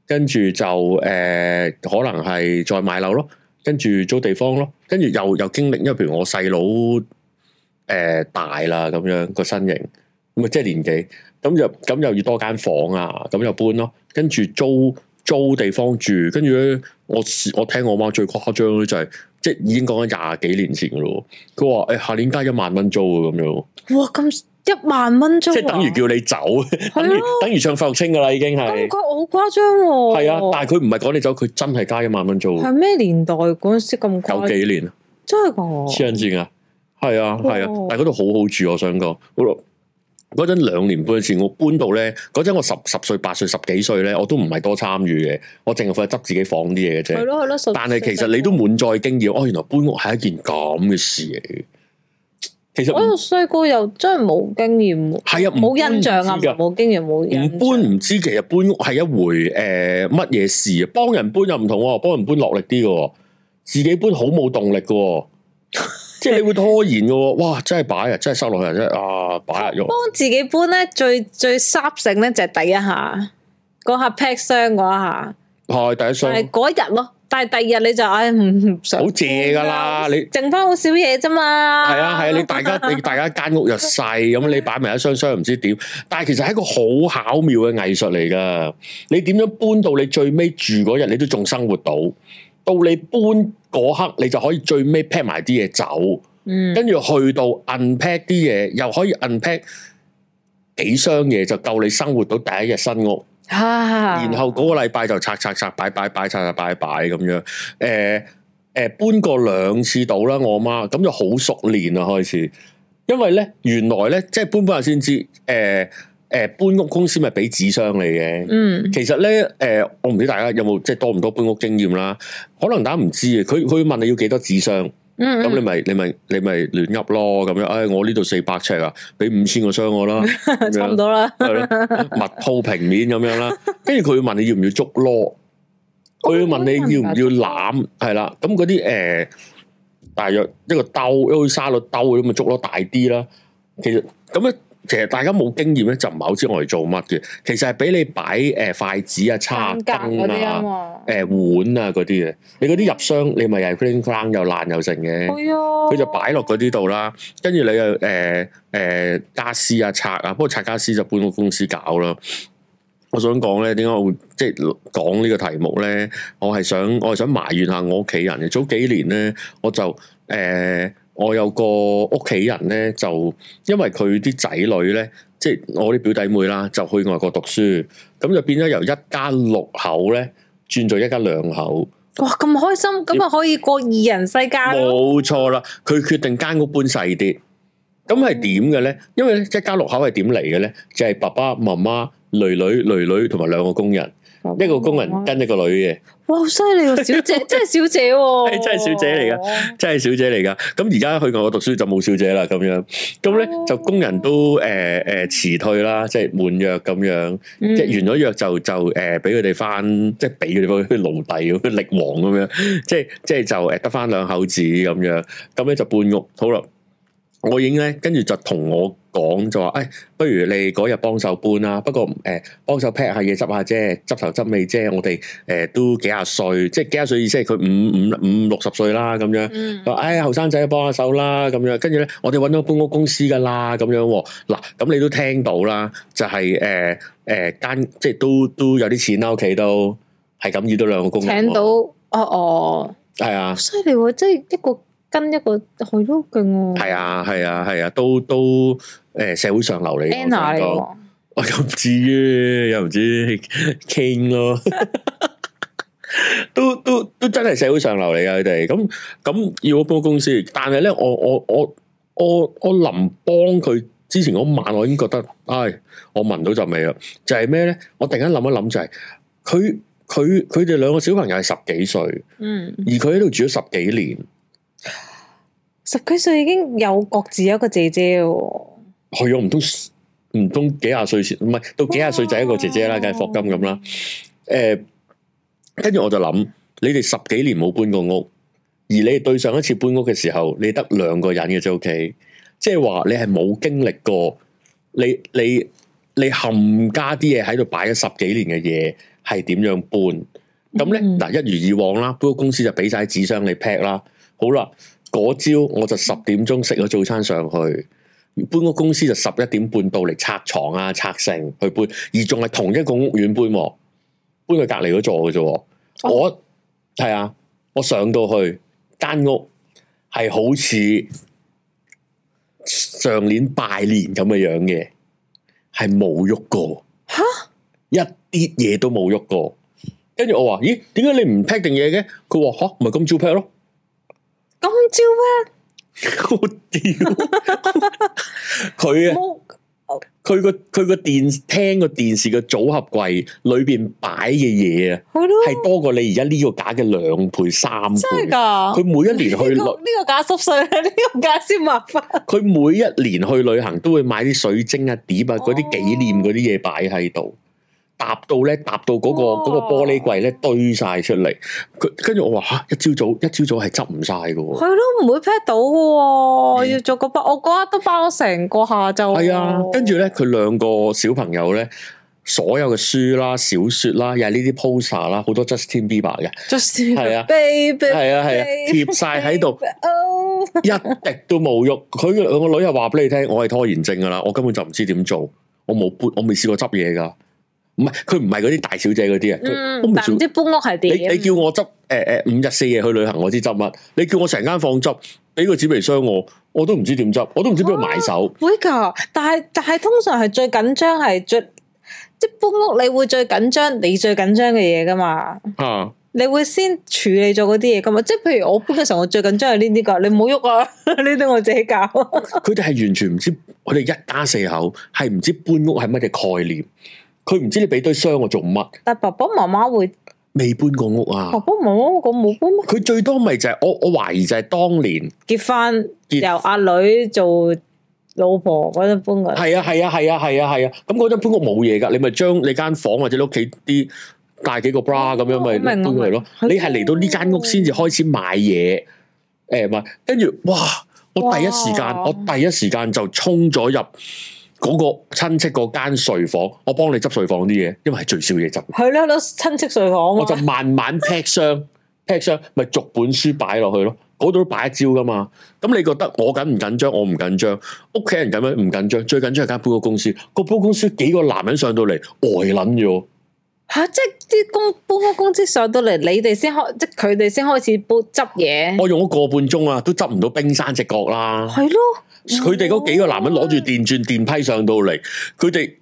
Speaker 1: 跟住就誒、可能係再買樓咯，跟住租地方咯，跟住又又經歷，因為譬如我細佬誒大啦咁樣個身形，咁啊即係年紀，咁又咁又要多間房啊，咁又搬咯，跟住租租地方住，跟住咧我我聽我媽最誇張咧就係、即係已經講緊廿幾年前噶咯喎。佢話：誒、下年加一萬蚊租啊，咁樣，
Speaker 2: 哇咁一萬蚊租啊，
Speaker 1: 即係等於叫你走，等於 等於唱費玉清噶啦，已經
Speaker 2: 我
Speaker 1: 係
Speaker 2: 覺得好誇張喎，
Speaker 1: 係啊！但係佢唔係講你走，佢真係加一萬蚊租，
Speaker 2: 係咩年代嗰陣時咁
Speaker 1: 九
Speaker 2: 誇
Speaker 1: 幾
Speaker 2: 張，
Speaker 1: 年
Speaker 2: 真係㗎
Speaker 1: 黐撚線啊！係啊係啊
Speaker 2: 哇，
Speaker 1: 但係嗰度好好住，我想講嗰度。嗰陣兩年半前，我搬到咧，嗰陣我十十歲、八歲、十幾歲咧，我都唔係多參與嘅，我淨係負責執自己房啲嘢嘅啫
Speaker 2: 係。咯係咯，十
Speaker 1: 但係其實你都滿載經驗，哦，原來搬屋係一件咁嘅事嚟嘅，其實
Speaker 2: 我
Speaker 1: 唔
Speaker 2: 又細個又真係冇經驗喎，
Speaker 1: 係啊，唔
Speaker 2: 冇印象啊，
Speaker 1: 搬唔知㗎
Speaker 2: 冇經驗冇印
Speaker 1: 唔
Speaker 2: 象。
Speaker 1: 搬唔知，其實搬屋係一回誒乜嘢事啊？幫人搬又唔同喎，幫人搬落力啲嘅喎，自己搬好冇動力嘅喎， 即係你會拖延嘅喎。哇！真係擺啊，真係收落去啊真係啊，擺入
Speaker 2: 幫自己搬咧，最最濕性咧就係第一下，嗰下劈箱嗰一下，
Speaker 1: 係第一
Speaker 2: 但係
Speaker 1: 箱，
Speaker 2: 嗰日咯，但係第二日你就唉唔唔想
Speaker 1: 好借㗎啦你
Speaker 2: 剩翻好少嘢啫嘛。
Speaker 1: 係啊係啊，你大家你大家間屋又細，咁你擺埋一箱箱唔知點，但係其實係一個好巧妙嘅藝術嚟㗎。你點樣搬到你最尾住嗰日，你都仲生活到，到你搬嗰刻，你就可以最尾 pack 埋啲嘢走。
Speaker 2: 嗯
Speaker 1: 跟住去到 unpack 啲嘢，又可以 unpack 幾箱嘢，就夠你生活到第一日新屋。
Speaker 2: 啊
Speaker 1: 然後嗰個禮拜就拆拆拆擺擺擺拆拆擺擺咁樣。誒、誒、搬過兩次到啦，我媽咁就好熟練啊啦開始。因為咧原來咧即係搬翻先知，誒、誒、搬屋公司咪俾紙箱你嘅。
Speaker 2: 嗯
Speaker 1: 其實咧，誒、我唔知大家有冇即係多唔多搬屋經驗啦。可能大家唔知嘅，佢佢會問你要幾多紙箱。
Speaker 2: 嗯
Speaker 1: 咁你
Speaker 2: 嗯
Speaker 1: 咪你咪你咪亂噏咯，咁樣，唉、我呢度四百尺啊，俾五千個箱我 啦，咁
Speaker 2: 嗯差唔
Speaker 1: 樣，
Speaker 2: 多啦，
Speaker 1: 係咯，密鋪平面咁樣啦，跟住佢會問你要唔要捉籮，佢會問你要唔要攬，係啦，咁嗰啲誒，大約一個兜，一個沙律兜咁咪捉籮大啲啦，其實咁咧。其實大家冇經驗咧，就唔係好知我哋做乜嘅。其實係俾你擺誒、筷子啊、叉啊
Speaker 2: 間隔嗰
Speaker 1: 羹
Speaker 2: 啲啊
Speaker 1: 啊、
Speaker 2: 嘛
Speaker 1: 誒、，碗啊嗰啲嘅。你嗰啲入箱，你咪又係 clean clean 又爛又剩嘅。
Speaker 2: 係啊，
Speaker 1: 佢
Speaker 2: 佢
Speaker 1: 就擺落嗰啲度啦，跟住你又呃誒誒家私啊拆啊，不過拆家私就搬個公司搞啦。我想講咧，點解我會即係講呢個題目咧？我係想我係想埋怨下我屋企人嘅。早幾年咧，我就誒、呃我有個屋企人咧，就因為佢啲仔女咧，即係我啲表弟妹啦，就去外國讀書，咁就變咗由一家六口咧轉做一家兩口。
Speaker 2: 哇咁開心，咁啊可以過二人世界咯，
Speaker 1: 冇錯啦，佢決定間屋搬細啲。咁
Speaker 2: 嗯
Speaker 1: 係點嘅咧？因為咧一家六口係點嚟嘅咧？就係、爸爸媽媽、女女、女女同埋兩個工人，一個工
Speaker 2: 哦
Speaker 1: 人跟一個女嘅，
Speaker 2: 哇好犀利喎，小姐真係小姐喎，
Speaker 1: 係真係小姐嚟
Speaker 2: 噶，
Speaker 1: 真係小姐嚟㗎。咁而家去外國讀書就冇小姐啦，咁樣。咁咧
Speaker 2: 哦
Speaker 1: 就工人都誒誒、辭退啦，即係滿約咁樣。
Speaker 2: 嗯
Speaker 1: 即係完咗約就就誒俾佢哋翻，即係俾佢哋翻去奴隸咁，力王咁樣，即係即係就誒得翻兩口子咁樣，咁咧就搬屋，好啦，我已經咧跟住就同我講就話，誒、哎不如你嗰日幫手搬啦，不過誒、幫手 pack 下嘢執下啫，執頭執尾啫，我哋誒、都幾廿歲，即係幾廿歲意思係佢五五五六十歲啦咁樣。
Speaker 2: 嗯
Speaker 1: 話唉，啊哎後生仔幫下手啦，咁樣跟住咧，我哋揾到搬屋公司噶啦，咁樣喎嗱，咁你都聽到啦，就係誒誒間，即係都都有啲錢啦，屋企都係咁遇到兩個工人喎，
Speaker 2: 請到哦哦。
Speaker 1: 係啊
Speaker 2: 好，犀利喎！即係一個跟一個，係都勁喎。
Speaker 1: 係啊，係啊，係啊，都都誒、社會上流嚟嘅，我想
Speaker 2: ，Anna 嚟
Speaker 1: 講
Speaker 2: 喎，
Speaker 1: 我又唔至於，又唔知傾咯，都都都真係社會上流嚟噶佢哋。咁咁要我幫公司，但係咧，我我我我我臨幫佢之前嗰晚，我已經覺得，唉，我聞到陣味啦。就係咩咧？我突然間諗一諗就係、佢佢佢哋兩個小朋友係十幾歲，而
Speaker 2: 嗯，
Speaker 1: 佢喺度住咗十幾年。
Speaker 2: 十幾歲已經有各自一個姐姐喎。
Speaker 1: 去咗唔通唔通幾廿歲前，唔係到幾廿歲就係一個姐姐啦，
Speaker 2: 哇
Speaker 1: 梗係霍金咁啦。誒、跟住我就諗，你哋十幾年冇搬過屋，而你哋對上一次搬屋嘅時候，你得兩個人嘅啫屋企，即係話你係冇經歷過，你你你冚家啲嘢喺度擺咗十幾年嘅嘢係點樣搬？咁咧
Speaker 2: 嗯
Speaker 1: 嗱，一如以往啦，搬屋公司就俾晒紙箱你 pack 啦。好啦，嗰朝我就十點鐘食咗早餐上去，搬屋公司就十一點半到嚟拆床啊、拆成去搬，而仲係同一個屋苑搬喎，搬去隔離嗰座嘅啫喎。
Speaker 2: 哦
Speaker 1: 我係啊，我上到去間屋係好似上年拜年咁嘅樣嘅，係冇喐過，吓一啲嘢都冇喐過。跟住我話：咦，點解你唔 pack 定嘢嘅？佢話：吓，咪今朝 pack 咯。
Speaker 2: 今朝
Speaker 1: 我屌，佢
Speaker 2: 咩？
Speaker 1: 啊，
Speaker 2: 冇
Speaker 1: 佢個佢個電廳個電視嘅組合櫃裏邊擺嘅嘢啊，
Speaker 2: 好咯，
Speaker 1: 係多過你而家呢個價嘅兩倍三
Speaker 2: 真系
Speaker 1: 倍。
Speaker 2: 噶。
Speaker 1: 佢每一年去
Speaker 2: 呢
Speaker 1: 旅，
Speaker 2: 個呢個假濕碎，呢個假先麻煩。
Speaker 1: 佢每一年去旅行都會買啲水晶啊、碟
Speaker 2: 哦
Speaker 1: 啊、嗰啲紀念嗰啲嘢擺喺度，搭到咧，搭到嗰、個
Speaker 2: 哦
Speaker 1: 嗰個玻璃櫃咧堆晒出嚟。佢跟住我話吓，一朝早一朝早係執唔晒嘅喎。
Speaker 2: 係咯，唔會 pat 到嘅
Speaker 1: 嗯
Speaker 2: 喎，要做個包。我嗰日都包咗成個下晝。
Speaker 1: 係啊，跟住咧，佢兩個小朋友咧，所有嘅書啦、小説啦，又係呢啲 poster 啦，好多 Justin Bieber 嘅，
Speaker 2: Justin
Speaker 1: 係啊
Speaker 2: Baby，
Speaker 1: 係啊係啊，貼晒喺度，一滴都冇喐。佢個兩個女又話俾你聽，我係拖延症噶啦，我根本就唔知點做，我冇搬，我未試過執嘢噶。唔係，佢唔係嗰啲大小姐嗰啲啊，佢
Speaker 2: 嗯
Speaker 1: 我，唔
Speaker 2: 但唔
Speaker 1: 做。
Speaker 2: 知搬屋係
Speaker 1: 你
Speaker 2: 點。
Speaker 1: 你叫我執誒誒五日四夜去旅行，我知執乜？你叫我成間房執，俾個紙皮箱我，我都唔知點執，我都唔知邊度買手。
Speaker 2: 會㗎，但係但係通常係最緊張係最即係搬屋，你會最緊張你最緊張嘅嘢㗎嘛？
Speaker 1: 啊，
Speaker 2: 你會先處理咗嗰啲嘢㗎嘛？即係譬如我搬嘅時候，我最緊張係呢啲㗎，你唔好喐啊！ 呢啲我自己搞。
Speaker 1: 佢哋係完全唔知，佢哋一家四口係唔知搬屋係乜嘢概念，佢唔知你俾堆箱我做乜，
Speaker 2: 但爸爸媽媽會，
Speaker 1: 未搬過屋啊
Speaker 2: 爸。爸媽媽講冇搬咩？
Speaker 1: 佢最多咪就係、我我懷疑就係當年
Speaker 2: 結婚
Speaker 1: 結
Speaker 2: 由阿女做老婆嗰陣搬過嚟，
Speaker 1: 係啊係啊係啊係啊係啊，咁嗰陣搬屋冇嘢㗎，你咪將你間房或者你屋企啲帶幾個 bra 咁樣咪
Speaker 2: 我明
Speaker 1: 搬過嚟咯。
Speaker 2: 我
Speaker 1: 你
Speaker 2: 明
Speaker 1: 係嚟到呢間屋先至開始買嘢，誒咪跟住哇！我第一時間
Speaker 2: 哇
Speaker 1: 我第一時間就衝咗入嗰個親戚嗰間睡房，我幫你執睡房啲嘢，因為係最少嘢執。
Speaker 2: 係咯，攞親戚睡房
Speaker 1: 我
Speaker 2: 啊
Speaker 1: 就
Speaker 2: 嘛，
Speaker 1: 慢慢劈箱， 劈箱咪逐本書擺落去咯。嗰度都擺一招噶嘛。咁你覺得我緊唔緊張？我唔緊張，屋企人緊唔緊張？最緊張係間搬屋公司。個搬屋公司幾個男人上到嚟呆撚咗，
Speaker 2: 嚇！即係啲公搬屋公司上到嚟，你哋先開，即係佢哋先開始搬執嘢，
Speaker 1: 我用咗個半鐘啊，都執唔到冰山隻角啦。
Speaker 2: 係咯。
Speaker 1: 佢哋嗰幾個男人攞住電鑽電批上到嚟，佢哋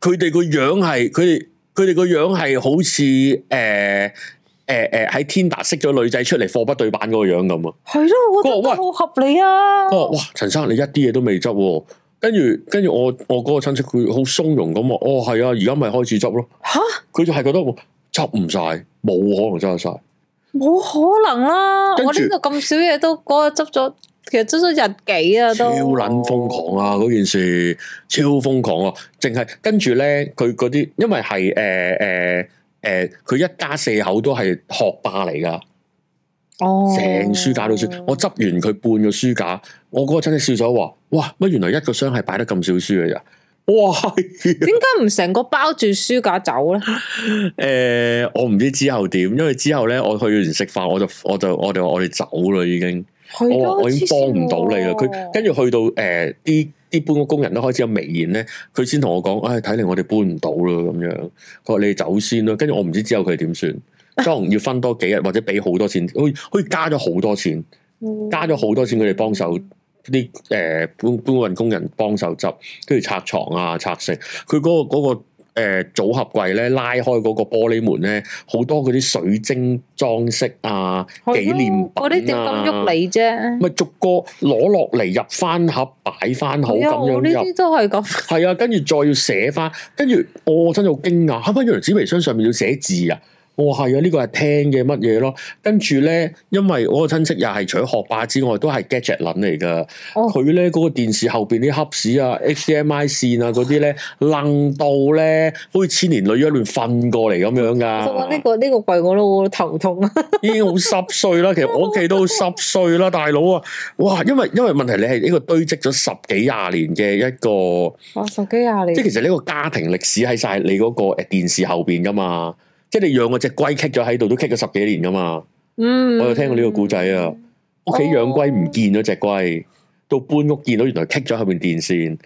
Speaker 1: 佢哋個樣係佢哋佢哋個樣係好似誒誒誒喺 Tinder 識咗女仔出嚟貨不對版嗰個樣咁啊！
Speaker 2: 係咯，我覺
Speaker 1: 佢話
Speaker 2: 得好合理啊！
Speaker 1: 我哦話哇，陳生你一啲嘢都未執喎，跟住跟住我我嗰個親戚佢好鬆容咁話，哦係啊，而家咪開始執咯。
Speaker 2: 吓，
Speaker 1: 佢就係覺得我執唔晒，冇可能執得晒。
Speaker 2: 冇可能啦！
Speaker 1: 跟
Speaker 2: 我
Speaker 1: 住
Speaker 2: 呢度咁少嘢都嗰日執咗，其實執咗日幾啊
Speaker 1: 超
Speaker 2: 都。
Speaker 1: 撚瘋狂啊！嗰件事超瘋狂啊！淨係跟住咧，佢嗰啲因為係誒誒誒，呃呃佢、一家四口都係學霸嚟㗎。
Speaker 2: 哦，
Speaker 1: 成書架都算，我執完佢半個書架，我嗰個親戚笑咗話：，哇，乜原來一個箱係擺得咁少書嘅咋？哇！係啊
Speaker 2: 點解唔成個包住書架走咧？
Speaker 1: 誒、呃我唔知之後點，因為之後咧，我去完食飯，我就我就我哋我哋走啦，已經。
Speaker 2: 係
Speaker 1: 我
Speaker 2: 咯
Speaker 1: 話我已經幫唔到你啦。
Speaker 2: 黐線
Speaker 1: 佢
Speaker 2: 喎
Speaker 1: 跟住去到呃誒啲啲搬屋工人都開始有微言咧，佢先同我講：，唉、睇嚟我哋搬唔到啦咁樣。佢話你哋走先啦。跟住我唔知之後佢點算，當然要分多幾日或者俾好多錢，好似好似加咗好多錢，
Speaker 2: 嗯
Speaker 1: 加咗好多錢佢哋幫手。啲誒、呃搬搬運工人幫手執，跟住拆床啊、拆成。佢嗰、個嗰、個呃、組合櫃咧，拉開嗰個玻璃門咧，好多嗰啲水晶裝飾啊、
Speaker 2: 係咯
Speaker 1: 紀念品啊。
Speaker 2: 嗰啲點咁喐你啫？
Speaker 1: 咪逐個攞落嚟入翻盒擺翻好
Speaker 2: 係啊，
Speaker 1: 咁
Speaker 2: 我呢
Speaker 1: 樣入，
Speaker 2: 啲都係咁，
Speaker 1: 係啊，跟住再要寫翻，跟住哦我真係好驚訝，嚇乜原來紙皮箱上面要寫字啊！我話係啊，呢個係聽嘅乜嘢咯？跟住咧，因為我個親戚又係除咗學霸之外，都係 gadget 撚嚟㗎。
Speaker 2: 哦
Speaker 1: 佢咧嗰個電視後邊啲盒屎啊、HDMI 線啊嗰啲咧，楞到咧好似千年女妖一亂瞓過嚟咁樣㗎。
Speaker 2: 我呢個呢個櫃我都好頭痛啊！
Speaker 1: 已經好濕碎啦，其實我屋企都好濕碎啦，大佬啊！哇，因為因為問題你係呢個堆積咗十幾廿年嘅一個，
Speaker 2: 哇，十幾廿
Speaker 1: 即係其
Speaker 2: 年，
Speaker 1: 實呢個家庭歷史喺晒你嗰個誒電視後邊噶嘛，即係你養嗰只龜棘咗喺度都棘咗十幾年噶嘛。
Speaker 2: 嗯，
Speaker 1: 我有聽過呢個故仔啊，屋企養龜唔見咗只龜，到搬屋見到原來棘咗後邊電線，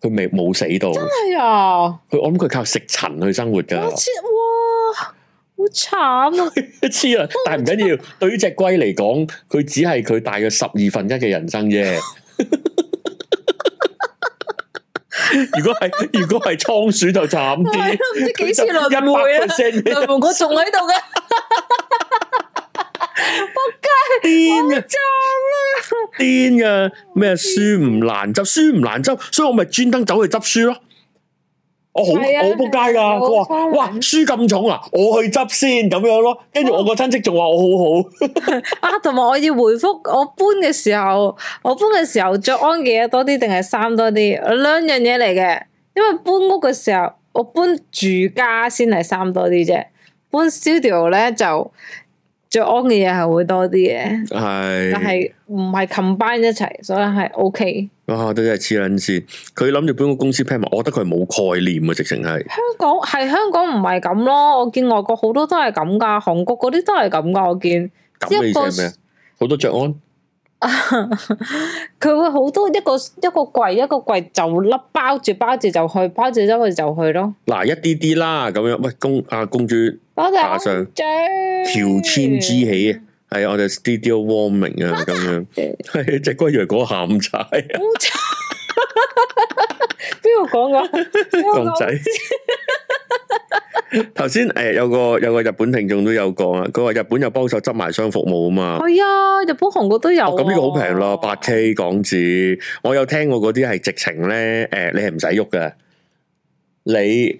Speaker 1: 佢未冇死到，
Speaker 2: 係啊。
Speaker 1: 佢我諗佢靠食塵去生活㗎。
Speaker 2: 我切哇，好 慘啊！
Speaker 1: 黐啊！但係唔緊要，對於只龜嚟講，佢只係佢大約十二分一嘅人生啫。 如果係如果係倉鼠就慘啲，
Speaker 2: 都唔知幾次輪
Speaker 1: 一
Speaker 2: 迴啊！
Speaker 1: 百 percent
Speaker 2: 雷蒙哥仲喺度嘅，
Speaker 1: 癲啊！
Speaker 2: 慘啦！
Speaker 1: 癫嘅咩書唔難執，書唔難執，所以我咪專登走去執書咯。我好我
Speaker 2: 係啊
Speaker 1: 好仆街噶，
Speaker 2: 好
Speaker 1: 佢話
Speaker 2: 花
Speaker 1: 哇書咁重啊，我去執先咁樣咯。跟住
Speaker 2: 哦
Speaker 1: 我個親戚仲話我好好，
Speaker 2: 啊，同埋我要回覆我搬嘅時候，我搬嘅時候着安嘅嘢多啲定係衫多啲？兩樣嘢嚟嘅，因為搬屋嘅時候，我搬住家先係衫多啲啫，搬 studio 咧就着安嘅嘢係會多啲嘅，
Speaker 1: 係
Speaker 2: 但係唔係 combine 一齊，所以係 OK。
Speaker 1: 啊，都真係黐撚線。佢諗住搬個公司 plan 埋，我覺得佢係冇概念嘅，啊直情係。
Speaker 2: 香港係香港唔係咁咯，我見外國好多都係咁噶，韓國嗰啲都係咁噶，我見。
Speaker 1: 咁嘅意思係咩啊？好多着安，
Speaker 2: 佢會好多一個一個櫃一個櫃就笠包住包住就去，包住咗佢就去咯。
Speaker 1: 嗱一啲啲啦，咁樣喂公啊公主
Speaker 2: 我哋
Speaker 1: 打上
Speaker 2: 喬
Speaker 1: 喬遷之喜啊，係啊我哋 studio warming 啊，咁樣係只龜以為嗰個下午茶啊，
Speaker 2: 邊個講噶？邊個
Speaker 1: 咁
Speaker 2: 講？
Speaker 1: 仔。頭先誒有個有個日本聽眾都有講啊，佢話日本有幫手執埋箱服務啊嘛。
Speaker 2: 係啊，日本、韓國都有啊。
Speaker 1: 哦咁呢個好平咯，八 K 港紙。我有聽過嗰啲係直情咧，誒、你係唔使喐嘅，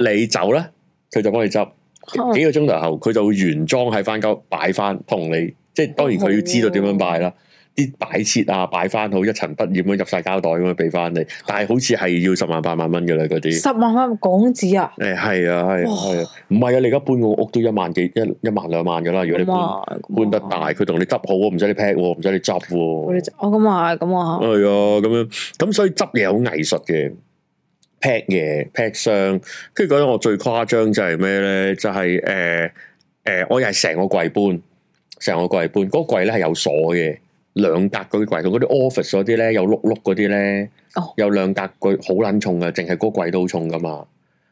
Speaker 1: 你你走啦，佢就幫你執。
Speaker 2: 哦
Speaker 1: 幾個鐘頭後，佢就會原裝喺翻鳩擺翻，同你即係當然佢要知道點樣擺
Speaker 2: 哦
Speaker 1: 啦，啲擺設啊擺翻好一塵不染咁樣入晒膠袋咁樣俾翻你。但係好似係要十萬八萬蚊嘅啦嗰啲。
Speaker 2: 十萬蚊港紙啊！
Speaker 1: 誒係啊係啊係啊，唔係啊！你而家搬個屋都一萬幾一一萬兩萬嘅啦，如果你搬
Speaker 2: 咁啊
Speaker 1: 搬得。
Speaker 2: 咁啊
Speaker 1: 大，佢同你執好喎，唔使你劈喎，唔使你執喎。
Speaker 2: 我哋就哦咁啊，咁啊，
Speaker 1: 係啊，咁樣咁所以執嘢好藝術嘅，劈嘢劈箱，跟住嗰陣我最誇張就係咩咧？就係誒誒，我又係成個櫃搬，成個櫃搬，嗰、個櫃咧係有鎖嘅，兩格嗰啲櫃，同嗰啲 office 嗰啲咧有碌碌嗰啲咧
Speaker 2: 哦，
Speaker 1: 有兩格佢好撚重嘅，淨係嗰個櫃都好重噶嘛。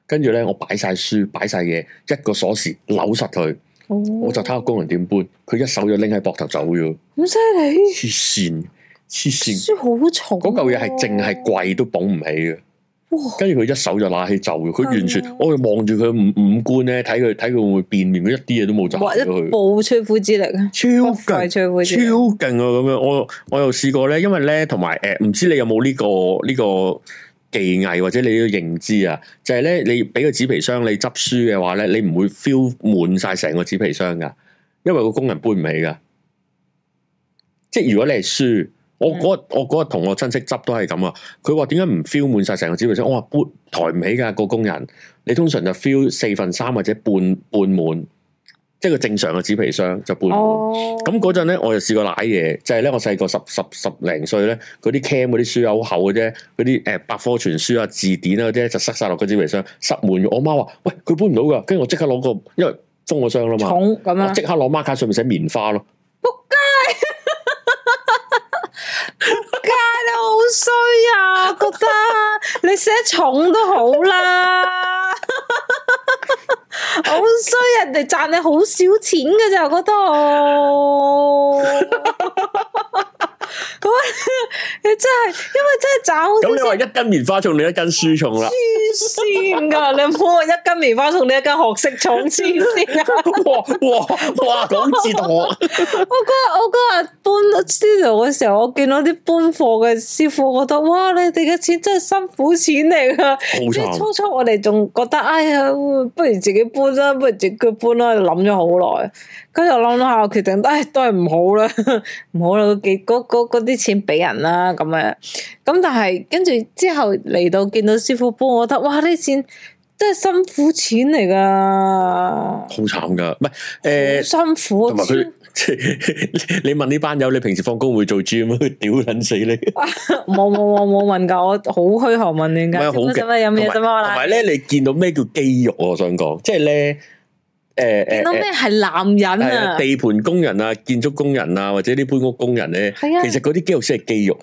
Speaker 1: 跟住咧，我擺晒書，擺晒嘢，一個鎖匙扭實佢，嗯我
Speaker 2: 我
Speaker 1: 就睇下工人點搬，佢一手就拎喺膊頭走咗，
Speaker 2: 哦咁犀利，
Speaker 1: 黐線黐線。
Speaker 2: 書好重啊。
Speaker 1: 嗰嚿嘢係淨係櫃都捧唔起嘅，
Speaker 2: 哇
Speaker 1: 跟住佢一手就揦起走嘅，佢完
Speaker 2: 係
Speaker 1: 全
Speaker 2: 啊
Speaker 1: 我哋望住佢五五官咧，睇佢睇佢會唔會變面，佢一啲嘢都冇走
Speaker 2: 哇！
Speaker 1: 咗
Speaker 2: 一
Speaker 1: 佢，
Speaker 2: 步吹灰之力啊，
Speaker 1: 超
Speaker 2: 不
Speaker 1: 勁
Speaker 2: 費吹灰
Speaker 1: 超
Speaker 2: 之力。
Speaker 1: 勁啊！咁樣我我又試過咧，因為咧同埋誒，唔、知你有冇呢、個呢、個技藝或者你嘅認知啊？就係、咧，你俾個紙皮箱你執書嘅話咧，你唔會 feel 滿晒成個紙皮箱噶，因為個工人搬唔起噶。即係如果你係書，我嗰日我嗰日同我親戚執都係咁啊。佢話點解唔 feel 滿晒成個紙皮箱？我話搬抬唔起㗎個工人，你通常就 feel 四分三或者半半滿，即係個正常嘅紙皮箱就半滿。
Speaker 2: 哦，
Speaker 1: 咁嗰陣咧，我就試過舐嘢，就係咧，我細個十十十零歲咧，嗰啲 cam 嗰啲書好厚嘅啫，嗰啲誒百科全書啊、字典啊嗰啲咧就塞晒落嗰紙皮箱，塞滿咗。我媽話：喂，佢搬唔到㗎。跟住我即刻攞個，因為封個箱啦啊嘛，
Speaker 2: 重咁啊
Speaker 1: 我
Speaker 2: 樣。
Speaker 1: 即刻攞 marker 上面寫棉花咯。
Speaker 2: 街你好衰啊！覺 得你寫重都好啦，好衰人哋賺你好少錢嘅咋嗰度。咁你真係，因為真係賺好
Speaker 1: 咁你
Speaker 2: 少
Speaker 1: 話
Speaker 2: 錢，
Speaker 1: 一斤棉花重定一斤書重啦？
Speaker 2: 黐線㗎！你唔好話一斤棉花送你一斤學識重，黐線啊！
Speaker 1: 哇哇哇！講哲學，
Speaker 2: 我嗰日我嗰日搬 studio 嘅時候，我見到啲搬貨嘅師傅，我覺得哇，你哋嘅錢真係辛苦錢嚟噶。即係
Speaker 1: 好慘。
Speaker 2: 初初我哋仲覺得，哎呀，不如自己搬啦，不如自己搬啦，諗咗好耐。跟住我諗諗下，我決定，唉、都係唔好啦， 唔好啦，嗰幾嗰嗰嗰啲錢俾人啦，咁樣。咁但係跟住之後嚟到見到師傅搬，我覺得哇，呢啲錢真係辛苦錢嚟噶，
Speaker 1: 好慘㗎，唔係誒，
Speaker 2: 好辛苦啊。
Speaker 1: 同埋佢，即係 你問呢班友，你平時放工會做 gym 咩？佢屌撚死你！
Speaker 2: 冇冇冇 冇問㗎，我好虛寒問亂
Speaker 1: 唔
Speaker 2: 㗎。
Speaker 1: 係好
Speaker 2: 使
Speaker 1: 嘅，
Speaker 2: 乜使乜飲嘢啫
Speaker 1: 同
Speaker 2: 嘛，我
Speaker 1: 埋同
Speaker 2: 奶
Speaker 1: 埋咧，你見到咩叫肌肉啊？我想講，即係咧，誒
Speaker 2: 見到
Speaker 1: 誒
Speaker 2: 咩啊係男人
Speaker 1: 誒，
Speaker 2: 啊？
Speaker 1: 地盤工人啊、建築工人啊，或者啲搬屋工人咧，
Speaker 2: 係啊
Speaker 1: 其實嗰啲肌肉先係肌肉。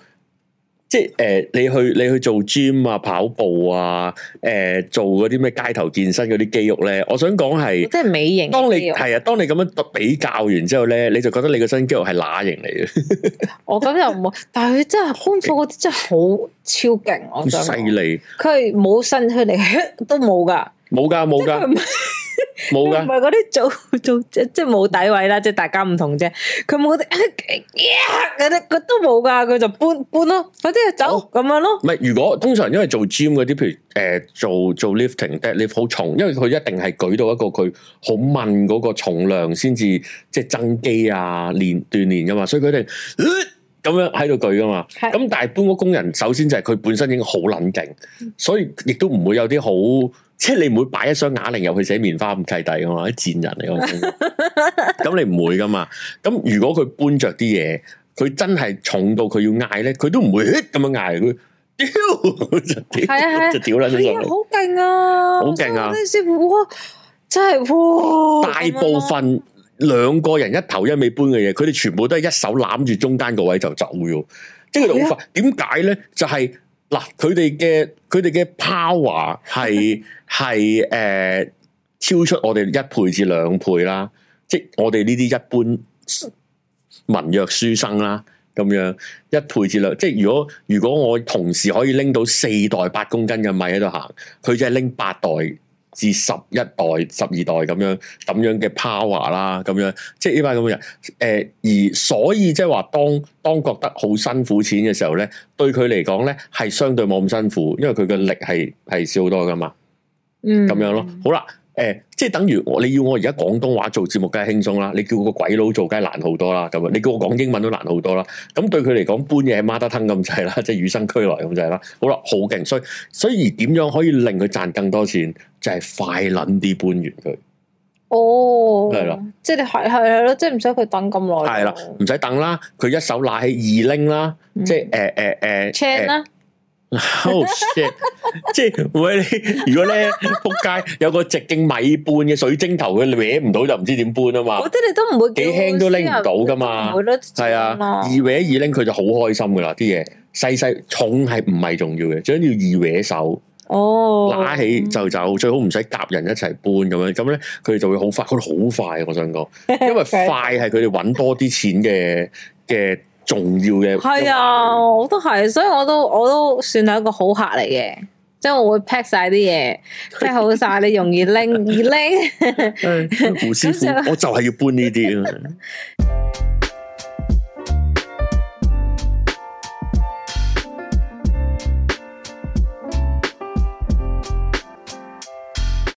Speaker 1: 即係誒、你去你去做 gym 啊、跑步啊、誒、做嗰啲咩街頭健身嗰啲肌肉咧，我想講係
Speaker 2: 我，真係美型
Speaker 1: 當你
Speaker 2: 肌肉
Speaker 1: 係啊，當你咁樣比較完之後咧，你就覺得你個身肌肉係乸型嚟嘅，
Speaker 2: 我咁又冇，但係佢真係搬貨嗰啲真係好超勁，
Speaker 1: 好
Speaker 2: 我想
Speaker 1: 犀
Speaker 2: 講
Speaker 1: 利，
Speaker 2: 佢係冇身佢嚟 都冇㗎，
Speaker 1: 冇㗎冇
Speaker 2: 佢
Speaker 1: 㗎，
Speaker 2: 唔
Speaker 1: 冇
Speaker 2: 唔係
Speaker 1: 噶，
Speaker 2: 嗰啲做 做即即係冇底位啦，即係大家唔同啫。佢冇啲 嗰啲，佢都冇噶，佢就搬搬咯，或者走咁樣咯。
Speaker 1: 唔係如果通常因為做 gym 嗰啲，譬如誒、呃做做 lifting、deadlift 好重，因為佢一定係舉到一個佢好問嗰個重量先至即係增肌啊、練鍛鍊噶嘛，所以佢一定呃咁樣喺度舉噶嘛。
Speaker 2: 係
Speaker 1: 咁但係搬屋工人首先就係佢本身已經好撚勁，
Speaker 2: 嗯
Speaker 1: 所以亦都唔會有啲好，即係你唔會擺一箱啞鈴入去寫棉花咁契弟噶嘛，啲賤人嚟㗎 嘛。咁你唔會噶嘛。咁如果佢搬着啲嘢，佢真係重到佢要嗌咧，佢都唔會咁樣嗌，佢屌就屌
Speaker 2: 係啊係啊
Speaker 1: 就屌撚咗
Speaker 2: 係啊，
Speaker 1: 上嚟。
Speaker 2: 好勁啊！
Speaker 1: 好勁啊
Speaker 2: 我真係師傅哇，真係哇！
Speaker 1: 大部分兩個人一頭一尾搬嘅嘢，佢哋全部都係一手攬住中間個位就走嘅，即係佢哋好快。點解咧？就係、嗱，佢哋嘅佢哋嘅 power 係係誒超出我哋一倍至兩倍啦，即係我哋呢啲一般文弱書生啦。咁樣一倍至兩，即係如果如果我同時可以拎到四袋八公斤嘅米喺度行，佢就係拎八袋至十一代、十二代咁樣咁樣嘅 power 啦，咁樣即係呢班咁嘅人。誒、而所以即係話，當當覺得好辛苦錢嘅時候咧，對佢嚟講咧係相對冇咁辛苦，因為佢嘅力係係少好多噶嘛，
Speaker 2: 嗯
Speaker 1: 咁樣咯。好啦，誒、即係等於我你要我而家廣東話做節目梗係輕鬆啦，你叫個鬼佬做梗係難好多啦，咁啊樣你叫我講英文都難好多啦。咁對佢嚟講，搬嘢係孖得吞咁滯啦， 即係與生俱來咁滯啦。好啦，好勁，所以所以而點樣可以令佢賺更多錢，就係、快撚啲搬完佢。
Speaker 2: 哦，
Speaker 1: 係啦，
Speaker 2: 即係你係係係咯，即係唔使佢等咁耐。
Speaker 1: 係啦，唔使等啦，佢一手拿起二拎啦，
Speaker 2: 嗯
Speaker 1: 即係誒誒誒
Speaker 2: ，check 啦，
Speaker 1: ，oh shit！即 係喂，你如果咧仆街有個直徑米半嘅水晶頭，佢搲唔到就唔知點搬啊嘛
Speaker 2: 嗰，啲你都唔會
Speaker 1: 幾輕都拎唔到噶嘛
Speaker 2: 唔會咯，
Speaker 1: 係啊，二搲二拎佢就好開心噶啦，啲嘢細細重係唔係重要嘅，最緊要二搲手
Speaker 2: 哦，
Speaker 1: 拿起就走，最好唔使夾人一齊搬咁樣，咁咧佢哋就會好快，佢哋好快，我想 講，因為快係佢哋揾多啲錢嘅嘅重要嘅
Speaker 2: 係啊，我都係，所以我都我都算係一個好客嚟嘅，即係我會 pack 晒啲嘢，pack 好晒，你容易拎，易拎。
Speaker 1: 唉胡師
Speaker 2: 咁
Speaker 1: 傅，我就係要搬呢啲啊！